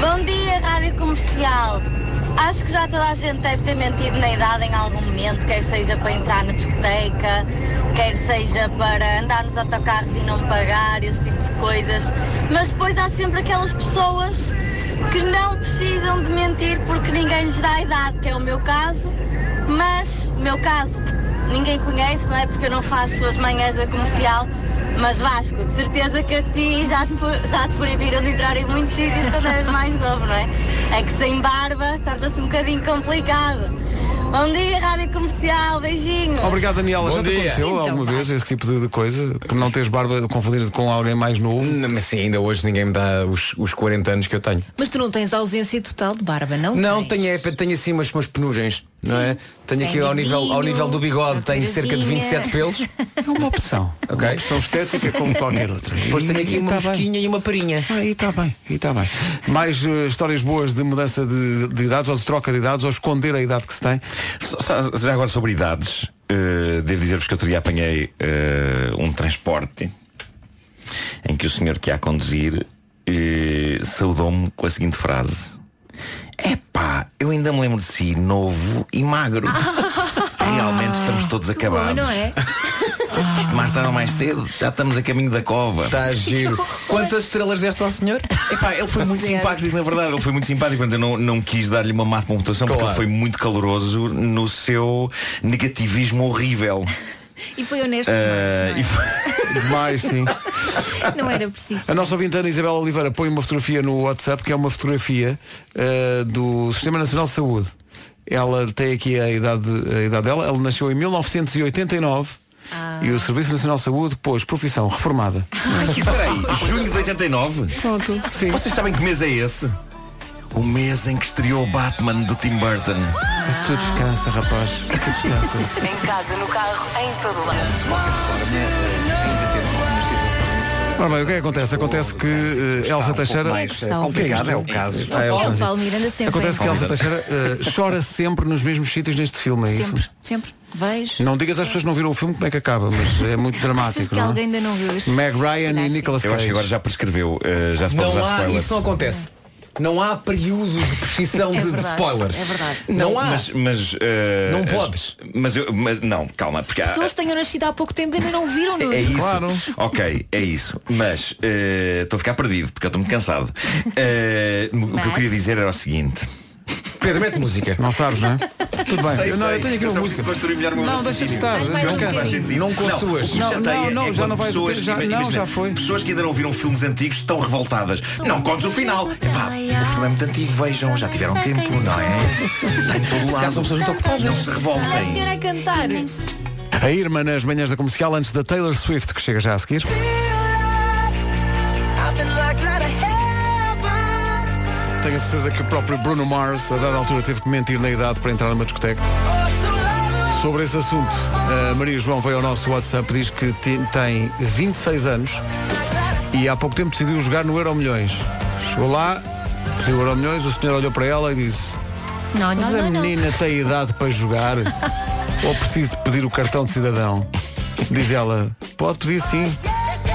Bom dia, Rádio Comercial. Acho que já toda a gente deve ter mentido na idade em algum momento, quer seja para entrar na discoteca, quer seja para andar nos autocarros e não pagar, esse tipo de coisas. Mas depois há sempre aquelas pessoas que não precisam de mentir porque ninguém lhes dá a idade, que é o meu caso. Mas, meu caso, ninguém conhece, não é? Porque eu não faço as manhãs da comercial. Mas Vasco, de certeza que a ti já te, pro- já te proibiram de entrar em muitos sítios quando eras mais novo, não é? É que sem barba torna-se um bocadinho complicado. Bom dia, Rádio Comercial, beijinhos.
Obrigado, Daniela.
Bom
Já te
dia.
aconteceu
Então,
alguma vez esse tipo de, de coisa? Por não teres barba confundida com alguém mais novo?
Mas sim, ainda hoje ninguém me dá os, os 40 anos que eu tenho.
Mas tu não tens ausência total de barba, não?
Não, tenho, é, tenho assim umas, umas penugens, não é? Tenho aqui
Tem
ao nível, ao
bigodinho,
nível do bigode, tenho cerca de
coisinha.
27 pelos.
É uma opção.
ok?
Uma opção estética como qualquer outra.
Depois tenho aqui
E
uma
tá bem.
mosquinha e uma parinha.
Aí está bem, aí está tá bem. Mais eh, histórias boas de mudança de, de idades ou de troca de idades ou esconder a idade que se tem?
Só- só- Já agora sobre idades, eh, devo dizer-vos que outro dia apanhei eh, um transporte em que o senhor que ia a conduzir eh, saudou-me com a seguinte frase. Epá, eu ainda me lembro de si novo e magro. Realmente estamos todos acabados.
Ah.
Ah,
não é?
Isto mais tarde ou mais cedo, já estamos a caminho da cova.
Está Tá giro. Quantas estrelas deste ao senhor?
Epá, ele foi muito simpático, na verdade, ele foi muito simpático, portanto eu não, não quis dar-lhe uma má computação porque ele
Claro.
foi muito caloroso no seu negativismo horrível.
E foi honesto
Eh, e foi-
Demais, sim.
<laughs> não era preciso.
A nossa ouvinte Ana Isabel Oliveira põe uma fotografia no WhatsApp que é uma fotografia eh, do Sistema Nacional de Saúde. Ela tem aqui a idade, a idade dela, ela nasceu em 1989 e o Serviço Nacional de Saúde pôs profissão reformada.
Peraí, junho de 89?
Pronto, sim.
Vocês sabem que mês é esse? O mês em que estreou o Batman do Tim Burton.
Ah. Tu descansa, rapaz. Tu descansa.
Em casa, no carro, em todo lado.
Ora bem, o que é que acontece? Acontece que eh, Elsa Teixeira.
mais, eh, complicado, é o caso.
Ah,
É o
Elsa.
Paulo Miranda sempre.
Acontece que
é
Elsa Teixeira eh, chora sempre nos mesmos sítios neste filme, é
Sempre,
isso?
sempre. Vejo.
Não digas às pessoas que não viram o filme como é que acaba, mas é muito
<laughs> Achas
dramático.
que
não é?
alguém ainda não viu isto?
Meg Ryan e Nicolas
Eu
Cage.
acho que agora já prescreveu, eh, já se pode
Não
usar
há,
spoilers.
isso não acontece. Não há período de prescrição
É
de, de
verdade,
spoiler.
é verdade.
Não, há.
Mas, mas, eh,
Não
as-
podes.
Mas, eu, mas não, calma,
Ah,
porque há-
Pessoas que tenham nascido há pouco tempo e ainda não viram no
É isso. Ok, é isso. Mas eh, estou a ficar perdido porque eu estou muito cansado. Eh, O que eu
Mas?
queria dizer era o seguinte.
Pedro, mete música.
Não sabes, não é? Tudo bem.
Sei,
eu, não, eu
sei.
tenho aqui
Eu
uma música.
só preciso construir melhor o meu
não, deixa de estar.
raciocínio. Não
descansa.
faz sentido.
Não construas.
o que me
um Não,
chateia
não, não,
é
já
quando
não vai
pessoas,
ter, já-
imagina,
não, já foi.
Pessoas que ainda não viram filmes antigos estão revoltadas. Não contes o final. Epá, o filme é muito antigo, vejam, já tiveram tempo, não é? Está em todo lado. Não se
Ah, a
revoltem.
senhora a cantar.
A Irma nas manhãs da comercial antes da Taylor Swift, que chega já a seguir. Tenho a certeza que o próprio Bruno Mars, a dada altura, teve que mentir na idade para entrar numa discoteca. Sobre esse assunto, a Maria João veio ao nosso WhatsApp, diz que te- tem 26 anos e há pouco tempo decidiu jogar no Euro Milhões. Chegou lá, pediu o Euro Milhões, o senhor olhou para ela e disse
Não, não,
mas a
não, não.
menina tem idade para jogar ou preciso de pedir o cartão de cidadão? Diz ela, pode pedir sim,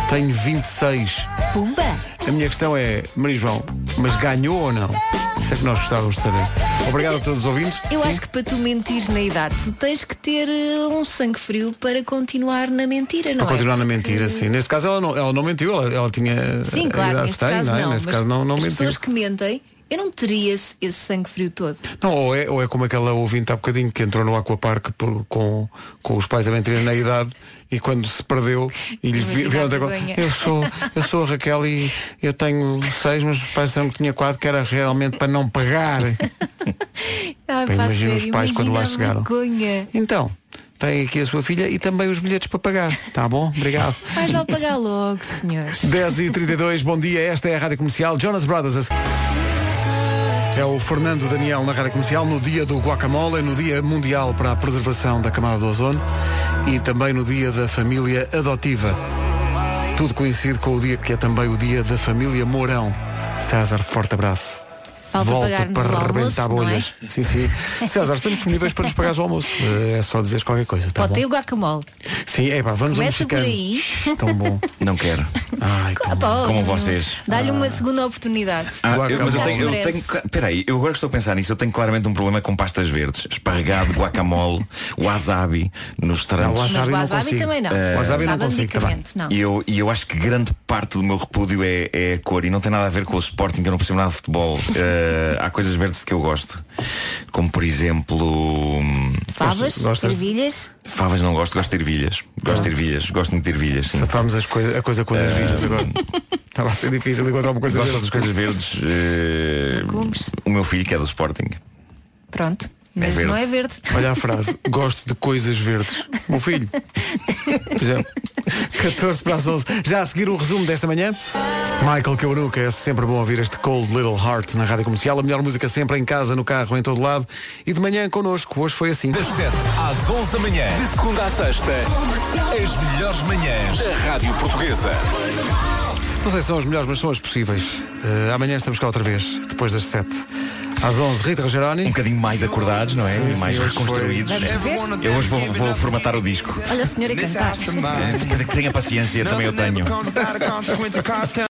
tenho 26.
Pumba.
A minha questão é, Maria João, mas ganhou ou não? Isso é que nós gostávamos de saber. Obrigado a todos os ouvintes.
Eu
Sim?
acho que para tu mentires na idade, tu tens que ter eh, um sangue frio para continuar na mentira, não
Para continuar
é?
na mentira, sim. Neste caso ela não, ela não mentiu, ela, ela tinha.
Sim,
a
claro,
idade
neste
que tem,
caso
não, é?
não.
Neste
mas
caso não, não
as
mentiu.
pessoas que mentem, eu não teria esse, esse sangue frio todo.
Não, ou é, ou é como aquela ouvinte há bocadinho que entrou no Aquapark por- com, com os pais a mentirem na idade e quando se perdeu e lhe vi-
Imagina
viram
a
outra coisa.
vergonha.
Eu sou, eu sou a Raquel e eu tenho seis, mas os pais disseram que tinha quatro, que era realmente para não pagar.
Ah,
Bem,
pá,
imagina os
sério,
pais quando lá
imagina a
chegaram.
vergonha.
Então, tem aqui a sua filha e também os bilhetes para pagar. Tá bom? Obrigado.
Faz
<laughs>
mal pagar logo, senhores.
10 e 32 bom dia, esta é a Rádio Comercial Jonas Brothers. a se- É o Fernando Daniel na Rádio Comercial no dia do guacamole, no dia mundial para a preservação da camada do ozono e também no dia da família adotiva. Tudo coincide com o dia que é também o dia da família Mourão. César, forte abraço.
Falta
Volta
pagar-nos o
para
almoço,
rebentar
não é?
bolhas.
<laughs>
Sim, sim. César, estamos disponíveis para nos pagares o almoço. Eh, É só dizeres qualquer coisa, tá
Pode ter
bom?
o guacamole.
Sim, é pá, vamos a um
Começa por
mexicano.
aí.
Tão bom.
Não quero.
Ai,
Ah, pá,
Como
hum,
vocês.
Dá-lhe uma segunda oportunidade.
Ah, eu, mas eu
Já
tenho, eu
merece.
tenho, peraí, eu agora que estou a pensar nisso, eu tenho claramente um problema com pastas verdes, esparregado,
<laughs>
guacamole, wasabi nos
Não,
trancos.
Mas wasabi também não.
Eh,
Wasabi não Wasabi consigo tá também. medicamento, não.
E eu,
<laughs>
e eu acho que grande parte do meu repúdio é, é a cor e não tem nada a ver com o Sporting, que eu não percebo nada de futebol. Eh, Eh, há coisas verdes que eu gosto, como por exemplo. hum,
Favas,
gosto- gosto-
ervilhas.
Favas não gosto, gosto de ervilhas. Gosto
Ah.
de ervilhas, gosto muito de ervilhas. Sim.
Safámos as coisa, a coisa com as ervilhas
Eh,
<laughs>
agora.
tá
Estava a ser <laughs> difícil encontrar uma coisa
gosto
verde.
das coisas verdes. eh,
Legumes.
o meu filho que é do Sporting.
Pronto. Mas
verde.
não é verde.
Olha a frase, gosto de coisas verdes. Meu filho. Por
<laughs>
exemplo, 14 para as 11. Já a seguir o resumo desta manhã. Michael Kiwanuka, é sempre bom ouvir este Cold Little Heart na rádio comercial. A melhor música sempre em casa, no carro, em todo lado. E de manhã connosco, hoje foi assim.
Das 7 às 11 da manhã, de segunda à sexta, as melhores manhãs da Rádio Portuguesa.
Não sei se são as melhores, mas são as possíveis. Eh, amanhã estamos cá outra vez, depois das 7. Às 11, Rita Rogeroni. Um
bocadinho mais acordados, não é?
Sim,
Mais
sim, hoje foi-
reconstruídos.
Vamos ver?
Eu hoje vou, vou formatar o disco. <laughs> É,
Olha a senhora a cantar.
Que tenha paciência, também eu tenho.